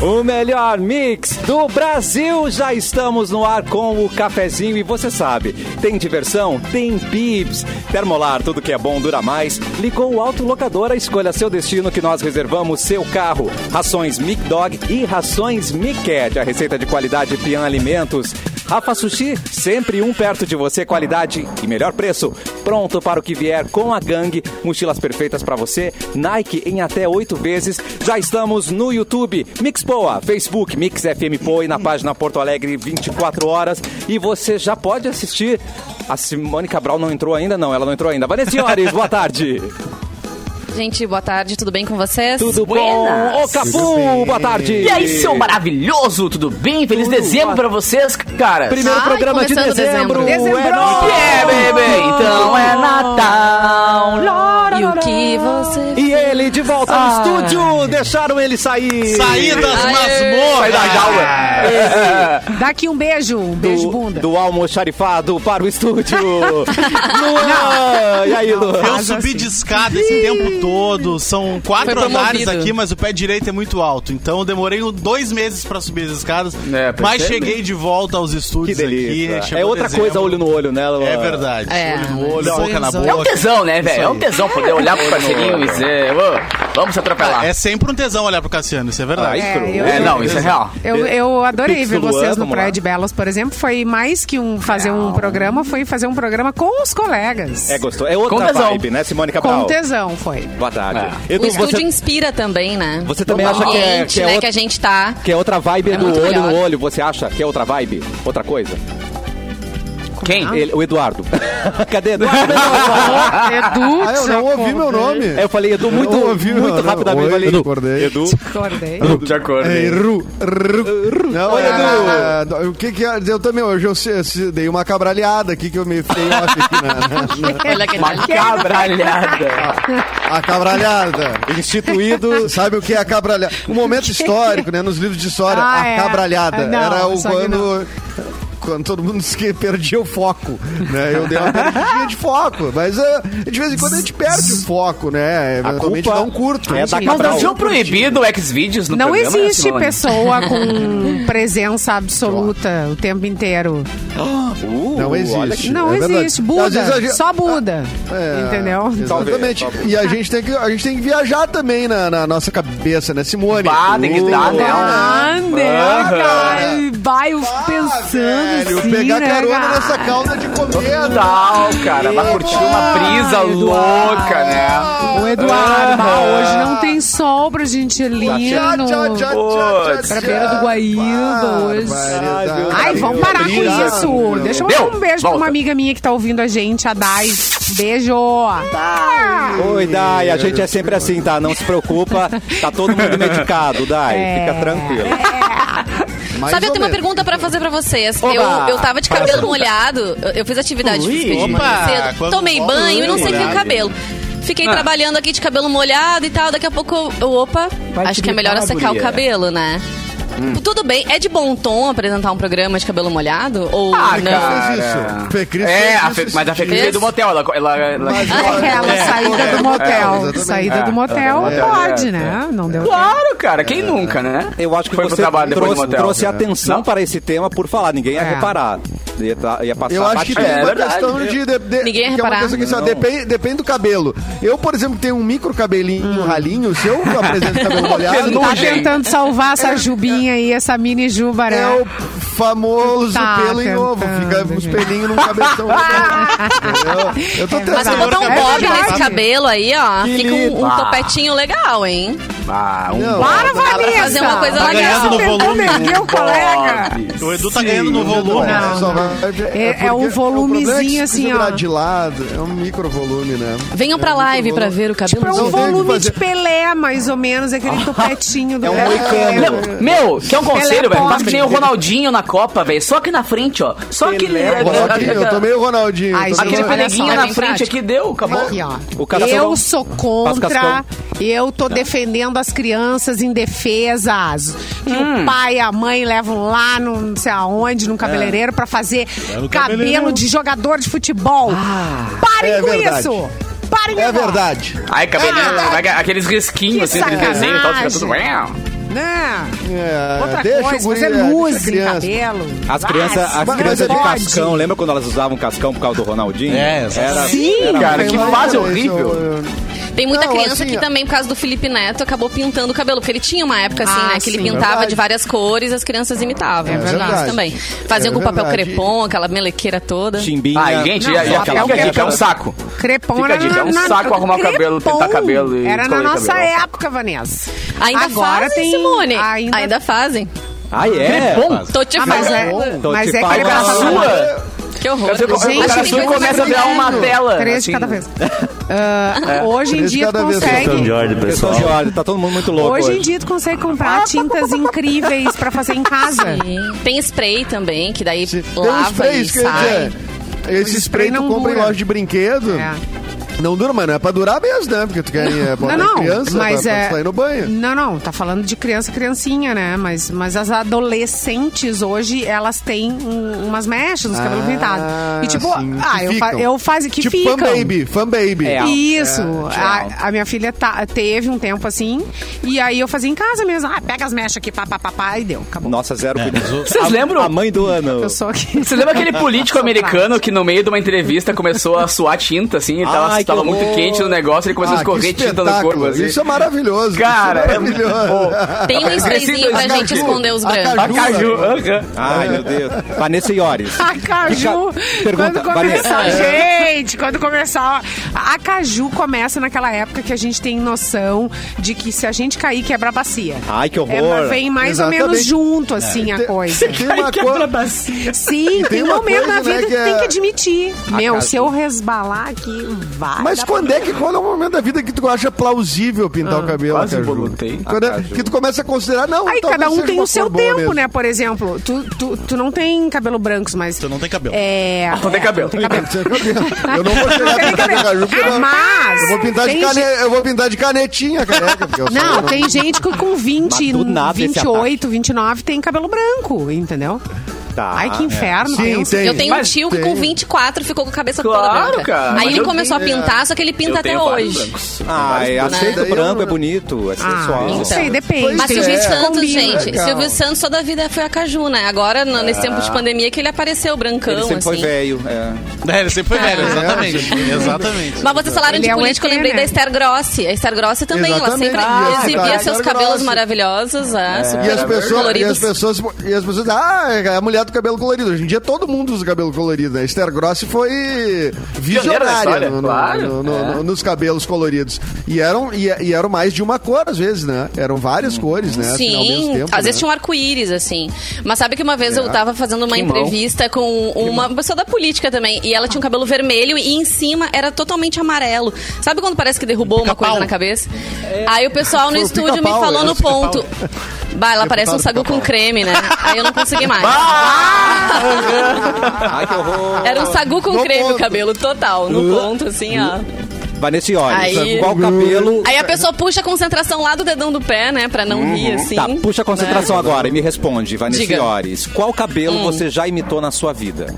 O melhor mix do Brasil. Já estamos no ar com o cafezinho e você sabe, tem diversão, tem pips. Termolar, tudo que é bom dura mais. Ligou o autolocador, escolha seu destino que nós reservamos seu carro. Rações Mic Dog e rações Mic Cat, a receita de qualidade Pian Alimentos. Rafa Sushi, sempre um perto de você, qualidade e melhor preço. Pronto para o que vier com a gangue, mochilas perfeitas para você, Nike em até oito vezes. Já estamos no YouTube, Mix Poa, Facebook, Mix FM Poa e na página Porto Alegre 24 horas. E você já pode assistir. A Simone Cabral não entrou ainda, não, ela não entrou ainda. Vanessiores, boa tarde. Gente, boa tarde, tudo bem com vocês? Tudo bom? Ô, Capu, boa tarde. E aí, seu maravilhoso, tudo bem? Feliz Tudo dezembro ótimo. pra vocês, cara. Primeiro Ai, programa de começando dezembro. dezembro. Dezembro. É, baby, então é Natal. É Lá, lá, E lá, o lá. que você... E ele de volta no estúdio, deixaram ele sair. É. Saí das Aê. Sai da masmorras. jaula. Dá aqui um beijo, um beijo bunda. do, do almoxarifado para o estúdio. Luan! E aí, Luan? Eu Faz subi assim. de escada esse tempo todo. São quatro Foi andares promovido. aqui, mas o pé direito é muito alto. Então eu demorei um- dois meses pra subir as escadas. É, percebe? mas cheguei de volta aos Que estúdios delícia. aqui. chegou é outra dezembro. coisa, olho no olho, né, Luan? É verdade. É, olho no olho, mas- boca na boca. Sorriso. É um tesão, né, velho? É um tesão poder olhar pro parceirinho e dizer, "Ô, vamos se atropelar. É sempre um tesão olhar pro Cassiano, isso é verdade. Ah, escroto. É, não, isso é real. Eu, eu adorei Pix ver do Luan, vocês no vamos lá. Praia de Belas, por exemplo. Foi mais que um fazer um programa, foi fazer um programa com os colegas. É gostoso. É outra Com tesão. vibe, né, Simone Cabral? com tesão, foi. Boa tarde. É. Edu, O estúdio você, inspira também, né? você também acha que é, ambiente, que é né, que outra, a gente tá... que é outra vibe do muito olho melhor. no olho? Você acha que é outra vibe? Outra coisa? Quem? Ele- o Eduardo. Cadê Eduardo? Edu, Ah, eu não ouvi meu nome. É, eu falei, Edu, muito, Eu ouvi, muito mano. rapidamente. eu Oi, falei, Edu, acordei. Edu. Acordei. De acordo. É, ru, ru, ru. Não, Oi, é, Edu. ah, não, o que que é? eu também hoje eu, se- se- dei uma cabralhada aqui que eu me fei off aqui na- na- na- Olha que Uma cabralhada. a cabralhada. Instituído, sabe o que é a cabralhada? Um momento histórico, né, nos livros de história, Ah, a é. cabralhada Ah, não, era o isso aí quando quando todo mundo disse que perdia o foco, né? Eu dei uma perdidinha de foco, mas ah, de vez em quando a gente perde o foco, né? Eventualmente culpa não curto. é da Mas Cabral. não tinham proibido o Xvideos no Não programa, né, existe Simone? pessoa com presença absoluta o tempo inteiro. Uh, Não olha existe. Não É verdade. existe. Às vezes a Buda. gente- Só Buda. É, Entendeu? Exatamente. E a gente, tem que, a gente tem que viajar também na, na nossa cabeça, né, Simone? Bah, tem que Tu- dar, né? é, Ah, né, cara? Vai, eu fico pensando Ah, Velho, assim, pegar né, tá carona cara? nessa calda de tá. cometa. Tal, cara. Vai curtir uma brisa Eduardo. louca, né? Ô, Eduardo, bah, Ah. hoje não tem sol pra gente ali no... Pra beira do Ah, Guaíba hoje. Ai, vamos parar com Obrigado, isso. meu. Deixa eu Deu, mandar um beijo pra volta. uma amiga minha que tá ouvindo a gente, a Dai. Beijo. Oi, Dai, a gente é sempre assim, tá? Não se preocupa, tá todo mundo medicado, Dai. É. Fica tranquilo. Mais Sabe, eu ou tenho uma menos. pergunta pra fazer pra vocês. Oba! Eu, eu tava de Faz a cabelo pergunta. molhado, eu, eu fiz atividade Ui, física de opa! manhã cedo, Quando tomei molha, banho e não sequei o molhado. cabelo. Fiquei Ah. trabalhando aqui de cabelo molhado e tal, daqui a pouco eu, eu, opa, Vai acho que é gritar, melhor eu secar o guria. cabelo, né? Hum. Tudo bem, é de bom tom apresentar um programa de cabelo molhado? Ou Ah, não? cara. Fez isso. Fê Cris É, fez a isso Fe- esses mas a Fê Cris dias. veio do motel. Ela, ela, ela- Mas- Aquela É, saída é, do motel. exatamente. saída É, do motel é, pode, é, né? Não deu tempo. Claro, cara. Quem nunca, né? Eu acho que Foi pro você trabalho depois do trouxe, motel. né? trouxe atenção Não. para esse tema por falar, ninguém ia É. reparar. Ia, tá- ia passar Eu acho que batido. tem É, uma verdade. questão de. de, de Ninguém ia que é uma reparar. questão que, assim, ó, Não. depende, depende do cabelo. Eu, por exemplo, que tenho um micro cabelinho, um ralinho, se eu apresento cabelo molhado, Penudo. Tá Gente. tentando salvar essa jubinha aí, essa mini juba, né? é o famoso Tá pelo em ovo. Fica tentando, uns gente. Ah, pelinhos num cabeção. Entendeu? eu tô Mas se tentando. botar um É bob verdade. nesse cabelo aí, ó, Que fica um, um lindo. topetinho legal, hein? Ah, um Não, Para, dá pra Vanessa! fazer uma coisa Tá legal. ganhando no volume. Meu colega! né? O Edu tá ganhando no volume. Não, Só vai- É- é porque um o problema volumezinho, que se assim, virar ó. de lado, é um micro volume, né? Venham pra É um live pra microvolume. ver o cabelo Pra de Não um tem o que volume de fazer. Pelé, mais ou menos, aquele topetinho do É um Pelé. moicano. Não, meu, quer um Pelé conselho, velho? Faz pobre. que nem o Ronaldinho na Copa, velho. Só aqui na frente, ó. Só aquele. O Ronaldinho, eu tô meio Ronaldinho. Ai, eu tô meio- Aquele Olha só, peneguinho é na bem frente prático. aqui deu, Tá acabou. Aqui, ó. O cara eu só- sou Faz contra, eu Tá. tô defendendo as crianças indefesas. Que Hum. o pai e a mãe levam lá, no, não sei aonde, num É. cabeleireiro, pra fazer no cabelo cabeleireiro. de jogador de futebol. Parem É com verdade. isso! Parem É agora. verdade. Aí, cabelinho, Ah, vai- aqueles risquinhos, que assim, aquele desenho e tal, fica tudo. sacanagem. Né? É, Outra coisa, guri, fazer é, deixa a luz em criança. cabelo. As crianças Vai, as mas crianças de pode. cascão, lembra quando elas usavam cascão por causa do Ronaldinho? É, era, Sim, era cara, muito que bom. fase Isso, horrível. eu- Tem muita Não, criança assim, que ó. também, por causa do Felipe Neto, acabou pintando o cabelo. Porque ele tinha uma época assim, Ah, né? Que ele sim. pintava é Verdade. de várias cores as crianças imitavam. É verdade. Isso também. Faziam É com papel verdade. crepom, aquela melequeira toda. Chimbinha. Ai, gente, Não, já, só já até fica o a dica, é um crepom. saco. Crepom Fica a era dica, é um na- na- saco arrumar o cabelo, crepom. pintar cabelo e Era na descolorir nossa cabelo. época, Vanessa. Ainda Agora fazem, tem- Simone? ainda- Ainda... fazem. Hum, Ai, é? Crepom? Tô te Ah, falando. mas um é, Tô mas tipo, te é que ele falando. era Sua? Que horror. Quer dizer, o Gente, cara tem sua coisa começa a virar brilhando. uma tela. Três de assim. cada vez. Ah, Hoje em É, Três de dia tu cada vez, Então, consegue. Questão de ordem, Pessoal pessoal. de ordem, tá todo mundo muito louco hoje. Hoje em dia tu consegue comprar tintas incríveis pra fazer em casa. Sim. Tem spray também, que daí Esse- tem um lava spray, e isso que eu ia sai. dizer. Esse O spray spray tu não compra em dura. loja de brinquedo. É. Não dura, mano. É pra durar mesmo, né? Porque tu quer ir é, pra Não, não, criança, mas pra, pra é- sair no banho. Não, não, tá falando de criança, criancinha, né? Mas, mas as adolescentes hoje, elas têm um- umas mechas nos cabelos Ah, pintados. E tipo, sim, ah, que eu, fa ficam. eu faço que tipo ficam. fan baby, fan baby. É, Isso. geral. a, a minha filha tá- teve um tempo assim, e aí eu fazia em casa mesmo. Ah, pega as mechas aqui, pá, pá, pá, pá, e deu. Acabou. Nossa, zero cuidado. Vocês A- lembram? A mãe do ano. Eu sou aqui. Você lembra aquele político americano que no meio de uma entrevista começou a suar tinta, assim, ele tava, Ai, que tava muito horror. quente no negócio, ele começou a Ah, que escorrer tinta no corpo, espetáculo. assim. Isso é maravilhoso. isso Cara, é é- maravilhoso. Tem um sprayzinho pra Acrescenta gente isso. esconder os A brancos. caju- Acaju, Jura? aham. Ai, meu Deus. Vanessa Iores. A Caju, Fica- quando Pergunta, começar, Vanessa. É. gente, quando começar, a Caju começa naquela época que a gente tem noção de que se a gente cair, quebra a bacia. Ai, que horror. É. É, mas vem mais ou menos Exatamente. junto, assim, a coisa. Tem uma coisa... Sim, tem, uma momento coisa, na vida né, que, que é- tem que admitir. Meu, Caju- se eu resbalar aqui, vai. Mas dar quando é que quando é o momento da vida que tu acha plausível pintar o cabelo, Ah, quase Ah, Caju? bolotei. Quando é- que tu começa a considerar, não, Aí talvez cada um seja tem uma o seu cor boa tempo, mesmo. né? Por exemplo, tu, tu, tu não tem cabelo branco, mas. Tu não tem cabelo. É. Ah, Não um tem cabelo. Eu não vou Não chegar tem a pintar o cabelo. Ah, Caju, porque eu- Mas. eu vou pintar de tem cane... gente- eu vou pintar de canetinha, caneca. porque eu sou- um Não, tem gente que com Mas 20, do nada esse 28, 29 tem cabelo branco, entendeu? Tá. Ai, que inferno. Ah, é. Sim, pensa. tem. Eu tenho um Mas tio que tem. com 24 ficou com a cabeça toda Claro, branca. cara. Mas Aí ele eu começou tenho- a pintar, só que ele Eu pinta até tenho vários hoje. brancos. Ai, aceito Daí eu- branco, é bonito, é Ah, sensual. não Então. sei, depende. Mas Pois Silvio é, Santos, combina, gente. legal. Silvio Santos toda a vida foi a Caju, né? Agora, no- Ah. nesse tempo de pandemia, que ele apareceu brancão, Ele sempre assim. foi velho. é. É, ele sempre foi velho, exatamente. exatamente. Mas vocês falaram Ele de é um política, ET, eu lembrei né? da Esther Grossi. A Esther Grossi também, Exatamente. ela Ah, sempre exibia Esther seus Grossi. cabelos maravilhosos, é, super E as, pessoas, e, as coloridos. pessoas, e as pessoas ah, é a mulher do cabelo colorido. Hoje em dia todo mundo usa cabelo colorido, né? Esther Grossi foi Pioneira da visionária história, no- no- claro. É. no- no- no- nos cabelos coloridos. E eram, e, e eram mais de uma cor, às vezes, né? Eram várias cores, né? assim, ao mesmo Sim, tempo, às vezes né? É. tinha um arco-íris, assim. Mas sabe que uma vez eu tava fazendo uma entrevista com uma pessoa da política também, e ela tinha um cabelo vermelho e em cima era totalmente amarelo. Sabe quando parece que derrubou uma coisa na cabeça? Aí o pessoal no Foi o estúdio me pica-pau, falou era no o pica-pau. ponto. Bah, ela parece um sagu com creme, né? Aí eu não consegui mais. Ah! Ai, que horror. Era um sagu com No creme ponto. Uhum. o cabelo, total. No ponto, assim, ó. Vanessa Iores, Aí- qual cabelo... Aí a pessoa puxa a concentração lá do dedão do pé, né? Pra não Uhum. rir, assim. Tá, puxa a concentração agora e me responde, Vanessa Diga. Iores. Qual cabelo você já imitou na sua vida?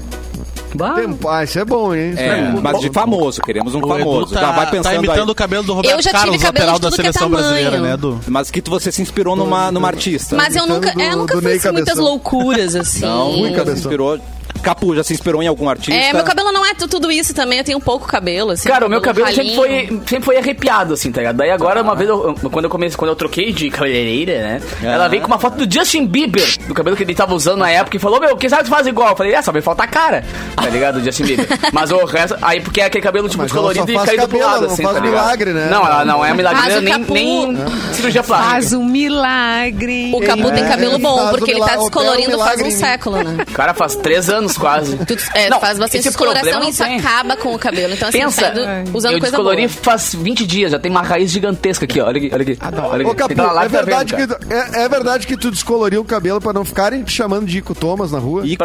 Tempo, ah, isso é bom, hein? Isso É, bom. mas de famoso, queremos um O famoso. Edu tá, Tá, vai tá pensando imitando o aí. cabelo do Eu Roberto já tive Carlos, cabelo lateral de da tudo que é seleção brasileira, tamanho. né, Edu? Mas que tu- você se inspirou numa, numa artista. Mas eu nunca, Imitando é, Tá, então, do- nunca do fiz Ney assim, muitas Cabeção. loucuras, assim. Não, nunca se Cabeção. inspirou. Capu, já se inspirou em algum artista? É, tá. meu cabelo não é tu- tudo isso também, eu tenho pouco cabelo, assim. Cara, o meu cabelo ralinho. sempre foi, sempre foi arrepiado, assim, tá ligado? Daí agora, uma vez, eu- eu- quando eu comecei, quando eu troquei de cabeleireira, né? Ela veio com uma foto do Justin Bieber, do cabelo que ele tava usando na época, e falou, meu, quem sabe tu faz igual? Eu falei, é, só me falta a cara, tá ligado? Do Justin Bieber. Mas o resto, aí porque é aquele cabelo, tipo, Mas ela só descolorido e faz caído pro cabelo, lado, ela não assim, faz tá ligado? milagre, né? Não, ela não é milagreira, Faz o nem, capu. nem cirurgia plástica. Faz um milagre. O Capu tem É, cabelo faz bom, um porque ele tá milagre, descolorindo opera um faz um milagre em mim. século, né? O cara faz três anos quase. Tu, é, Não, faz bastante esse descoloração problema e não isso tem. acaba com o cabelo. Então, assim, Pensa, sai do- usando eu coisa boa. descolori faz 20 dias, já tem uma raiz gigantesca aqui, ó. Olha aqui, olha aqui. Olha Ô, aqui. Capu, Tem uma é, larga verdade verga. que, tu- é, é verdade que tu descoloriu o cabelo pra não ficarem te chamando de Ico Thomas na rua? Ico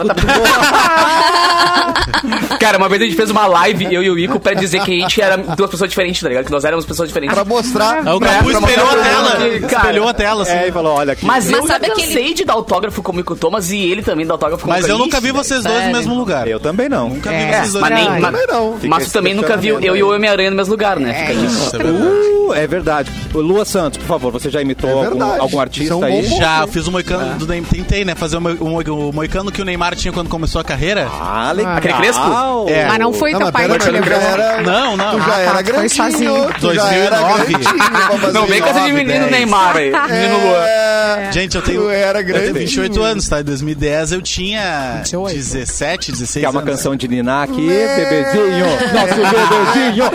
Cara, uma vez a gente fez uma live, eu e o Ico, pra dizer que a gente era duas pessoas diferentes, tá ligado? Que nós éramos pessoas diferentes. Pra mostrar... Aí É o Pra- Capu pra espelhou a mostrar pra tela. ela que, cara, Espelhou a tela, assim. É, e falou, olha aqui. Mas, Mas eu sabe já aquele- cansei de dar autógrafo com o Ico Thomas e ele também dá autógrafo com Mas o eu Ico. nunca vi vocês dois né?" sério. no mesmo lugar. Eu também não. Nunca É, vi É, vocês dois mas no nem. mesmo Mas, Também não. mas tu também nunca viu eu e o Homem-Aranha no mesmo lugar, né? Fica isso. lugar. Uh, é verdade. Lua Santos, por favor, você já imitou É algum, verdade. algum artista Isso é um aí? bom Já fiz o moicano É. do Neymar. Tentei, né? Fazer o, mo- o mo- o moicano que o Neymar tinha quando começou a carreira. Ah, legal. Aquele Crespo? É. Mas não foi mas capaz pera, de mas tu já levar. era- Não, não. Tu já Ah, era tá, foi grandinho. sozinho. Tu já era 2009. grandinho. pra Não vem com essa de 2009, menino 10. Neymar aí. Menino Luan. É. Gente, eu tenho, Tu era eu tenho grande. 28 anos, tá? Em 2010 eu tinha 28. 17, 16 Que é uma anos. canção de Niná aqui, bebezinho, nosso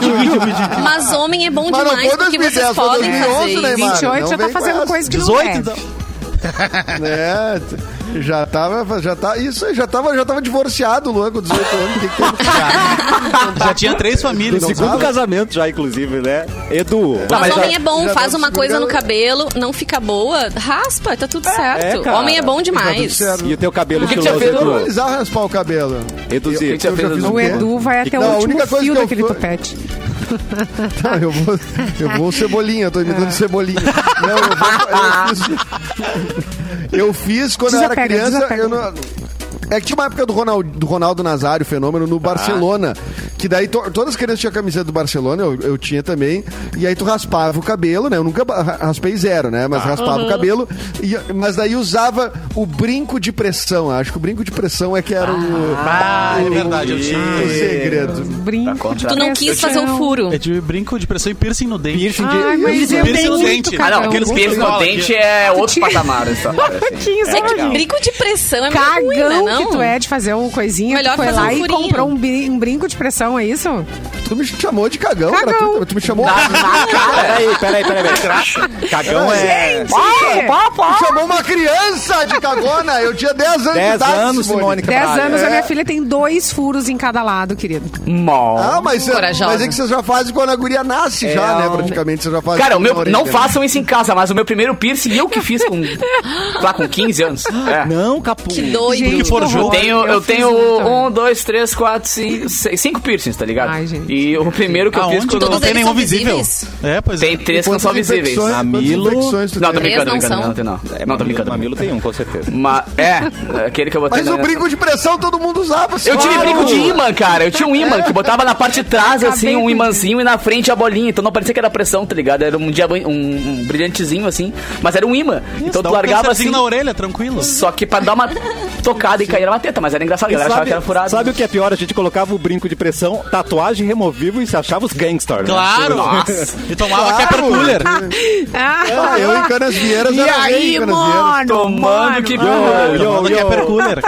bebezinho. Mas homem é bom Ah, Mas não demais foi porque vocês 2010, foi podem 2011, fazer isso. Neymar. 28 já né, não tá vem com fazendo essa. coisa que 18, não então. deve. É, t- já tava, já tá, isso aí, já tava, já tava divorciado, Luan, com 18 anos. Que que tem? Ah, tá. Já tinha três famílias. Do segundo sabe? casamento já, inclusive, né? Edu, Mas, mas homem já- é bom, já tá faz dá uma pra coisa no segurar. cabelo, não fica boa, raspa, tá tudo certo. cara. homem é bom demais. Tá tudo certo. e o teu cabelo O que que estiloso, você fez, Edu? Normalizar Tá raspar o cabelo. Eduzinho. O que que você fez, fiz Edu? O quê? Edu vai até Não, a o último única coisa fio que eu daquele fui- topete. Tá, eu vou, eu vou cebolinha, eu tô imitando Ah. cebolinha. Não, eu, vou, eu, fiz, eu fiz quando Desapega, eu era criança. desapega. Eu não, é que tinha uma época do Ronaldo, do Ronaldo Nazário, fenômeno, Ah. no Barcelona. Que daí to- todas as crianças tinham a camiseta do Barcelona, eu, eu tinha também. E aí tu raspava o cabelo, né? Eu nunca ba- ra- raspei zero, né? Mas Ah. raspava Uhum. o cabelo. e- mas daí usava o brinco de pressão. Acho que o brinco de pressão é que era o. Ah, é verdade, eu tinha. o segredo. Brinco. contra- de Tu não quis pressão. fazer um furo. Eu tive brinco É de pressão e piercing no dente. Piercing de... Ai, mas eu piercing tenho no muito dente. cagão. Ah, não, aqueles Muito pinos no legal. dente é outro patamar. Essa hora, assim. É que brinco de pressão é muito ruim, né, Cagão não? que tu é de fazer um coisinha, Melhor tu foi fazer lá um e furinho. comprou um, brin- um brinco de pressão, é isso? Tu me chamou de cagão, Cagão. gratuito. Tu me chamou. Ah, Peraí, peraí, peraí. peraí. Cagão é... Gente, Tu chamou uma criança de cagona. Eu tinha 10 anos de 10 idade, anos, Simone. 10 anos, É. a minha filha tem dois furos em cada lado, querido. Mó. Ah, mas, Corajosa. mas é que vocês já fazem quando a guria nasce, É já, né? um- Praticamente, vocês já fazem. Cara, o meu, na orelha. não façam isso em casa, mas o meu primeiro piercing eu que fiz com, lá com 15 anos. É. Não, Capu. Que doido. Gente, que forjou. que Eu horror. tenho, eu fiz tenho um também. um, dois, três, quatro, cinco, seis, cinco piercings, tá ligado? Ai, gente. E o primeiro que eu fiz Aonde? quando Não Todos tem eles nenhum são visível. visíveis? É, pois tem é. três que não Quantas são visíveis. infecções- quantas Mamilo. infecções tu Não, tô tem? Três brincando, não brincando, são. não tem não. É, Não, tô mamilo- brincando. Mamilo tem um, com certeza. Mas, é, aquele que eu botei Mas na- o brinco de pressão todo mundo usava. Eu tive claro. brinco de imã, cara. Eu tinha um imã que botava na parte de trás, assim, um imãzinho e na frente a bolinha. Então não parecia que era pressão, tá ligado? Era um, diabo, um, um brilhantezinho, assim. Mas era um imã. então Dá tu um largava câncerzinho assim. na orelha, tranquilo. Só que pra dar uma tocada e cair era uma teta, mas era engraçado. A E galera achava Sabe, que era furado. sabe o que é pior? A gente colocava o brinco de pressão, tatuagem removível e se achava os gangsters. né? Claro. E tomava é Kepler Cooler. Ah, Ah, eu em Canas Vieiras e era bem aí, em Canas Vieiras. mano? Tomando mano, que. Yo, yo, Tomava é Kepper yo. Cooler.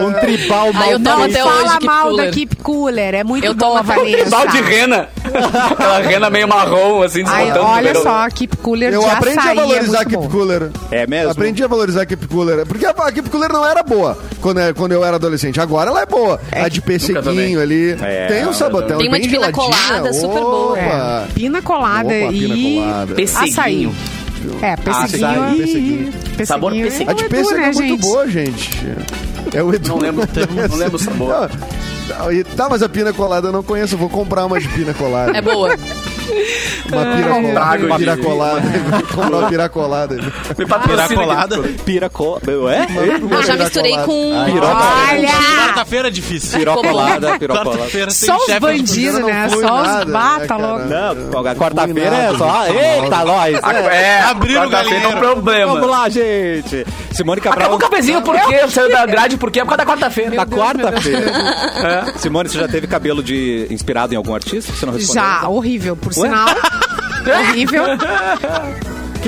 Um tribal mal Ah, eu tava Não, até fala hoje, Keep mal Cooler. da Keep Cooler. É muito Eu boa, tomo até hoje. Vanessa. Bal de rena. Aquela rena meio marrom, assim, Ai, desbotando. olha no verão. só, Keep Cooler Eu de aprendi açaí a é valorizar muito Keep bom. Cooler. É mesmo? Aprendi a valorizar Keep Cooler. Porque a, a Keep Cooler não era boa quando, é- quando eu era adolescente. Agora ela é boa. a de perseguinho ali. É, tem um sabotão. Tem uma bem de pina geladinha. colada, super boa. Opa. É, pina colada Opa, e... pina colada. Ah, Pesseguinho. É, Açaí, pesseguinho. pesseguinho. e- Sabor pesseguinho. pesseguinho. É A o de Edu, pêssego né, é muito gente? boa, gente. É o Edu. Não lembro, não lembro o sabor. Não, e- Tá, mas a pina colada eu não conheço. Eu vou comprar uma de pina colada. É boa. Uma pira colada. trago Uma de- pira colada. Vou comprar uma pira colada. Me patrocina aqui. colada. um. Piracó. É? Eu já misturei com... Ah, né? Olha! Quarta-feira é difícil. Pirocolada, pirocolada. Quarta-feira sem Ah! Só os chefe. bandidos, né? fui Só os nada, né, bata cara? logo. Não, quarta-feira é só. Não. Eita, nós! Ah, é. É, Abriram quarta-feira é um o galinheiro. problema. Vamos lá, um- gente! Simone Cabral. Acabou o cafezinho por quê? Saiu da grade por quê? É Por causa da quarta-feira. Na quarta-feira. Simone, você já teve cabelo de inspirado em algum artista? Você não respondeu? Já, horrível, por sinal. horrível.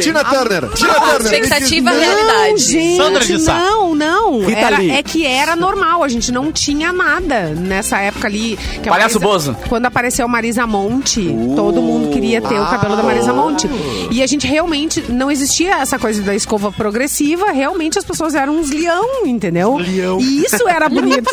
Tina Turner. Tina Turner. Expectativa, Ele diz, Não, realidade. gente, Sandra de Sá. não, não. Rita Era- Lee. é que era normal, a gente não tinha nada nessa época ali. que a Palhaço Marisa- Bozo. Quando apareceu Marisa Monte, todo mundo queria ter o cabelo da Marisa Monte. E a gente realmente, não existia essa coisa da escova progressiva, realmente as pessoas eram uns leão, entendeu? Leão. E isso era bonito.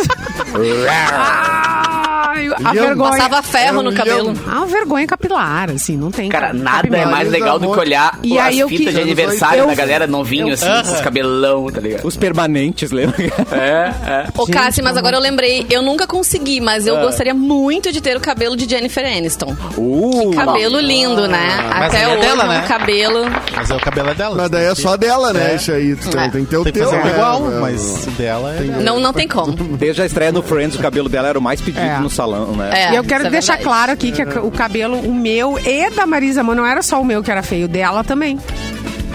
Ai, a Leão. vergonha. Passava ferro no Olha. cabelo. Ah, uma vergonha capilar, assim, não tem. Cara, nada é capimento. mais legal do que olhar E as aí eu fitas quis- de aniversário eu- da galera novinho, assim, Aham. esses cabelão, tá ligado? Os permanentes, lembra? É, é. Ô, Cassi, tá mas agora eu lembrei. Eu nunca consegui, mas Ah. eu gostaria muito de ter o cabelo de Jennifer Aniston. Uh, Cabelo lindo, né? Ah. Mas Até aí é hoje, dela, um né? cabelo... Mas é o cabelo é dela. Mas daí é só dela, né? Isso aí. Tu tem, tem que ter o Tem que teu. fazer um né? igual, mas o dela é... Não, não tem como. Desde a estreia no Friends, o cabelo dela era o mais pedido É. no salão. não, né? É, e eu isso quero é deixar verdade. claro aqui que a- o cabelo, o meu e da Marisa, mano, não era só o meu que era feio, o dela também.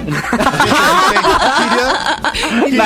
Na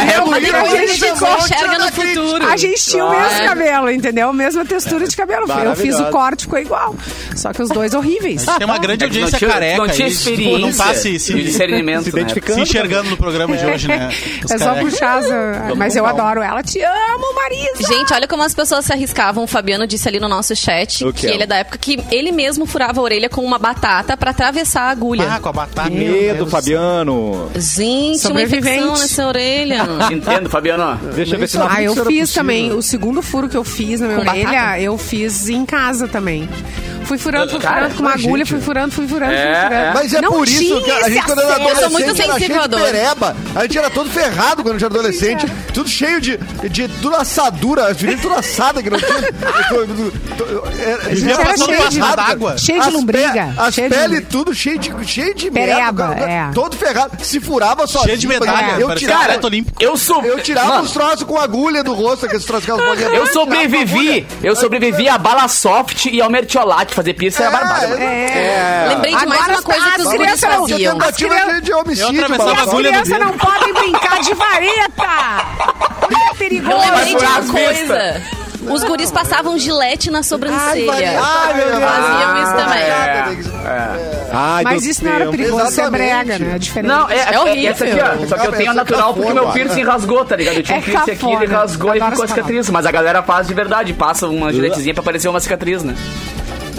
real, Porque a a gente, gente só enxerga no crítica. futuro. a gente tinha o mesmo cabelo, entendeu? A mesma textura de cabelo. Eu fiz o Maravilhoso. corte, ficou igual. Só que os dois horríveis. Tem um- uma grande é que audiência tinha- careca. Não tinha aí, tipo, experiência. Não tá se, se, de discernimento. Se né? identificando. se enxergando no programa de hoje, né? Os É só carecas. puxar as... Mas eu adoro ela. Te amo, Marisa! Gente, olha como as pessoas se arriscavam. O Fabiano disse ali no nosso chat O que, quê? ele é da época que ele mesmo furava a orelha com uma batata pra atravessar a Ah, agulha. com a batata. Que Meu medo, Deus. Fabiano. Gente, uma Sobrevivente. infecção nessa orelha. Entendo, Fabiano. Deixa eu ver se não Ah, eu isso fiz era é possível. também. O segundo furo que eu fiz na minha Com orelha, batata? eu fiz em casa também. Fui furando, fui Cara, furando com uma mas, agulha, gente, fui furando, fui furando, é, fui furando. é. Mas é Não por isso tinha que a gente, esse quando era acesso. Eu sou muito adolescente, era sensível, cheio de Adolfo. pereba. A gente era todo ferrado quando a gente era adolescente. Tudo cheio de, de tudo assadura. As virilhas tudo assada que não tinha. eu tô- eu tô- eu- era- a gente Vivia era passando cheio de- pasta d'água. Cheio de as lombriga. pe- As cheio de peles lombriga. tudo cheio de, cheio de Pereba, merda, cara, é. Todo ferrado. Se furava sozinho. Cheio de medalha. É. Eu parecia um tirava, atleta olímpico. Eu sou. eu tirava Mano, os troços com agulha do rosto, aqueles troços que elas um Eu sobrevivi. Eu sobrevivi a bala soft e ao mertiolate. Fazer pizza É, É, era barbada. mano. É. Lembrei de mais Agora uma as- coisa que as os guris crianças não- faziam. As crianças- Tentativa de Eu homicídio, atravessava Balacó. a agulha As do crianças não podem brincar de Eu lembrei vareta! Olha, é perigoso! de furar uma as coisa. Os guris passavam gilete na sobrancelha. Ai, meu Deus. Faziam isso também. é. Ah, Ai, Mas Deus isso não era tempo. perigoso, isso é Exatamente. brega, né? É diferente. Não, é, É horrível. Essa aqui, ó. Só que eu tenho a natural porque meu piercing rasgou, tá ligado? Eu tinha um É piercing aqui, ele cafona. rasgou e Adoro ficou a essa palavra. cicatriz. Mas a galera faz de verdade, passa Uh. uma giletezinha pra aparecer uma cicatriz, né?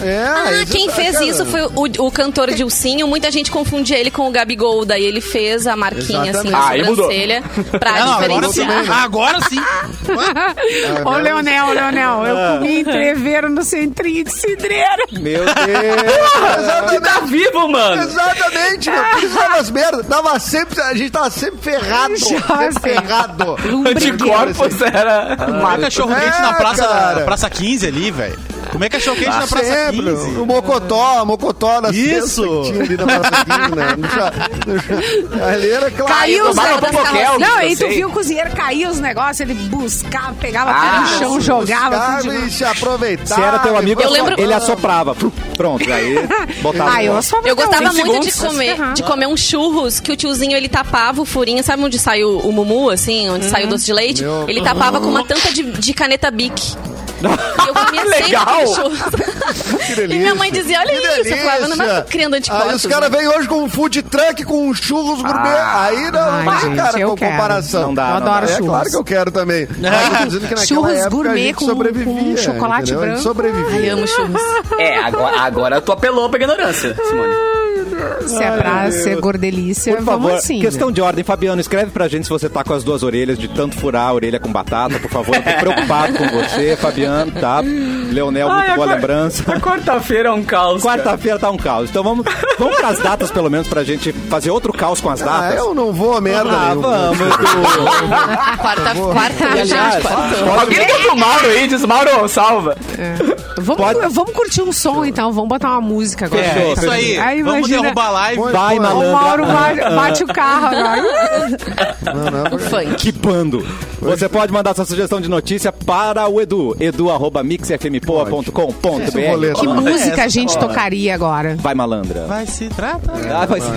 É, Ah, isso- quem fez cara, isso foi o, o cantor Dilcinho. Muita gente confundia ele com o Gabigol. Daí ele fez a marquinha assim na Exatamente. Ah, aí mudou. sobrancelha pra Ah, não, agora sim. diferenciar. Agora sim. Ô, Leonel, Leonel, Ah. eu comi entreveiro no centrinho de cidreira. Meu Deus. Que tá vivo, mano! Exatamente, meu. Por isso dava as merdas. Dava sempre, a gente tava sempre ferrado. Já Sempre sei. ferrado. É um Anticorpos era. Comer cachorro quente É, na praça, cara. Tá praça 15 ali, velho. Comer cachorro quente na praça Sempre. 15. O Mocotó, a Mocotó na Isso. cesta que tinha ali na Praça 15, né? No chá- no chá- Ali era claro. Caiu os tomava negócios. Popoquel, Não, eu e tu sei. viu o cozinheiro cair os negócios, ele buscava, pegava Ah, tudo no chão, jogava tudo de e novo. se aproveitar. Se era teu amigo, Eu ele lembro- asso- ele assoprava. Fru, Pronto, aí botava. Ah, no eu bolso. sou Eu gostava muito de segundos. comer, Aham. de comer um churros que o tiozinho ele tapava o furinho, sabe onde sai o, o mumu, assim, onde sai o doce de leite? Meu- Ele tapava com uma tampa de, de caneta bic. E eu comia sempre Legal. aquele churros. E minha mãe dizia: Olha Que isso, Flávio, eu não delícia. mais tô criando anticorpos. né? Aí os caras vêm hoje com um food truck, com um churros gourmet. aí não, Ai, vai, gente, cara, eu com quero. comparação. Não dá, Eu não adoro é churros. claro que eu quero também. Mas eu tô dizendo que naquela Churros época gourmet a gente com- sobrevivia, com chocolate entendeu? A branco. gente sobrevivia. Ai, amo churros. É, agora, agora tu apelou pra ignorância, Simone. Se é pra ser gordelícia, Por favor, vamos assim. questão de ordem. Fabiano, escreve pra gente se você tá com as duas orelhas de tanto furar a orelha com batata, por favor. Eu tô preocupado com você, Fabiano, tá? Leonel, muito boa lembrança. A quarta-feira é um caos. Quarta-feira tá um caos. Então vamos, vamos pras datas, pelo menos, pra gente fazer outro caos com as Ah, datas. eu não vou a merda Ah, nenhuma. vamos, Edu. Ah, Quarta, quarta, Aliás, gente, quarta. Alguém liga pro Mauro aí, diz Mauro, salva. Vamos, Pode- vamos curtir um som, então. Vamos botar uma música agora. É, Tá isso aí. Aí Vamos imagina- derrubar a live. Foi- Vai, foi. O malandro. Mauro bate, bate o carro agora. Não, não, O funk. Que bando! Você pode mandar sua sugestão de notícia para o Edu, Esse é o edu.mixfmpoa.com.br. boleto. Que Olha música essa, a gente tocaria agora? Vai, malandra. Vai se tratar. Ah, vai sim.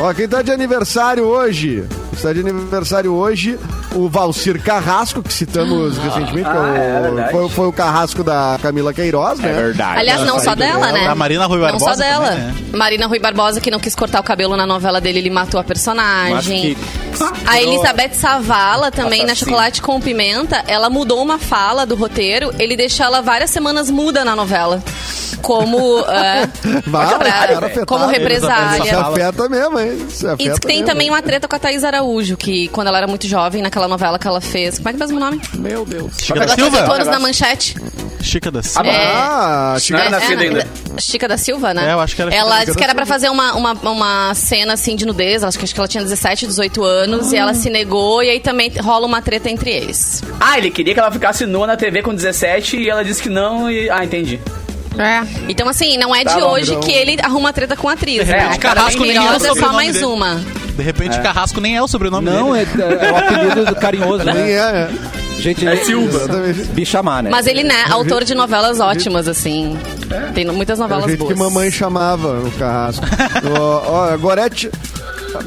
Ó, quem tá de aniversário hoje? Está de aniversário hoje o Valcir Carrasco, que citamos recentemente, que é o- foi, foi o Carrasco da Camila Queiroz, né? É verdade. Aliás, não só dela, né? Da Marina Rui Não só Barbosa dela. também, né? Marina Rui Barbosa, que não quis cortar o cabelo na novela dele, ele matou a Acho personagem. que- A Elizabeth Savala também, na Assassina. Chocolate com Pimenta, ela mudou uma fala do roteiro, ele deixou ela várias semanas muda na novela. Como, é, Vai, pra- cara, afetado. como Se represália. é afeta mesmo, hein? Se E diz afeta que tem mesmo. também uma treta com a Thaís Araújo, que quando ela era muito jovem, naquela novela que ela fez. Como é que é mesmo o nome? Chica da Ela fez Silva? anos na manchete. Chica da Silva. É. Ah, Não Chico era nascida ainda. Chica da Silva, né? É, eu acho que era Chica da Ela disse Silva. que era pra fazer uma, uma, uma cena assim de nudez, acho que, acho que ela tinha 17, 18 anos, e ela se negou, e aí também rola uma treta entre eles. Ah, ele queria que ela ficasse nua na TV com 17 e ela disse que não e... Ah, entendi. É. Então, assim, não é Tá de bom, hoje então. que ele arruma treta com a atriz, De né? repente, Agora Carrasco vem nem Meirosa, lança o só sobrenome mais dele. uma. De repente, Carrasco nem é o sobrenome Não, é, dele. é o apelido do carinhoso, Nem né? é, né? Gente, É Silva. Exatamente. Bichamar, né? Mas ele, né, autor de novelas ótimas, assim. Tem muitas É o novelas jeito boas. que mamãe chamava o carrasco. ó, ó, a Gorete.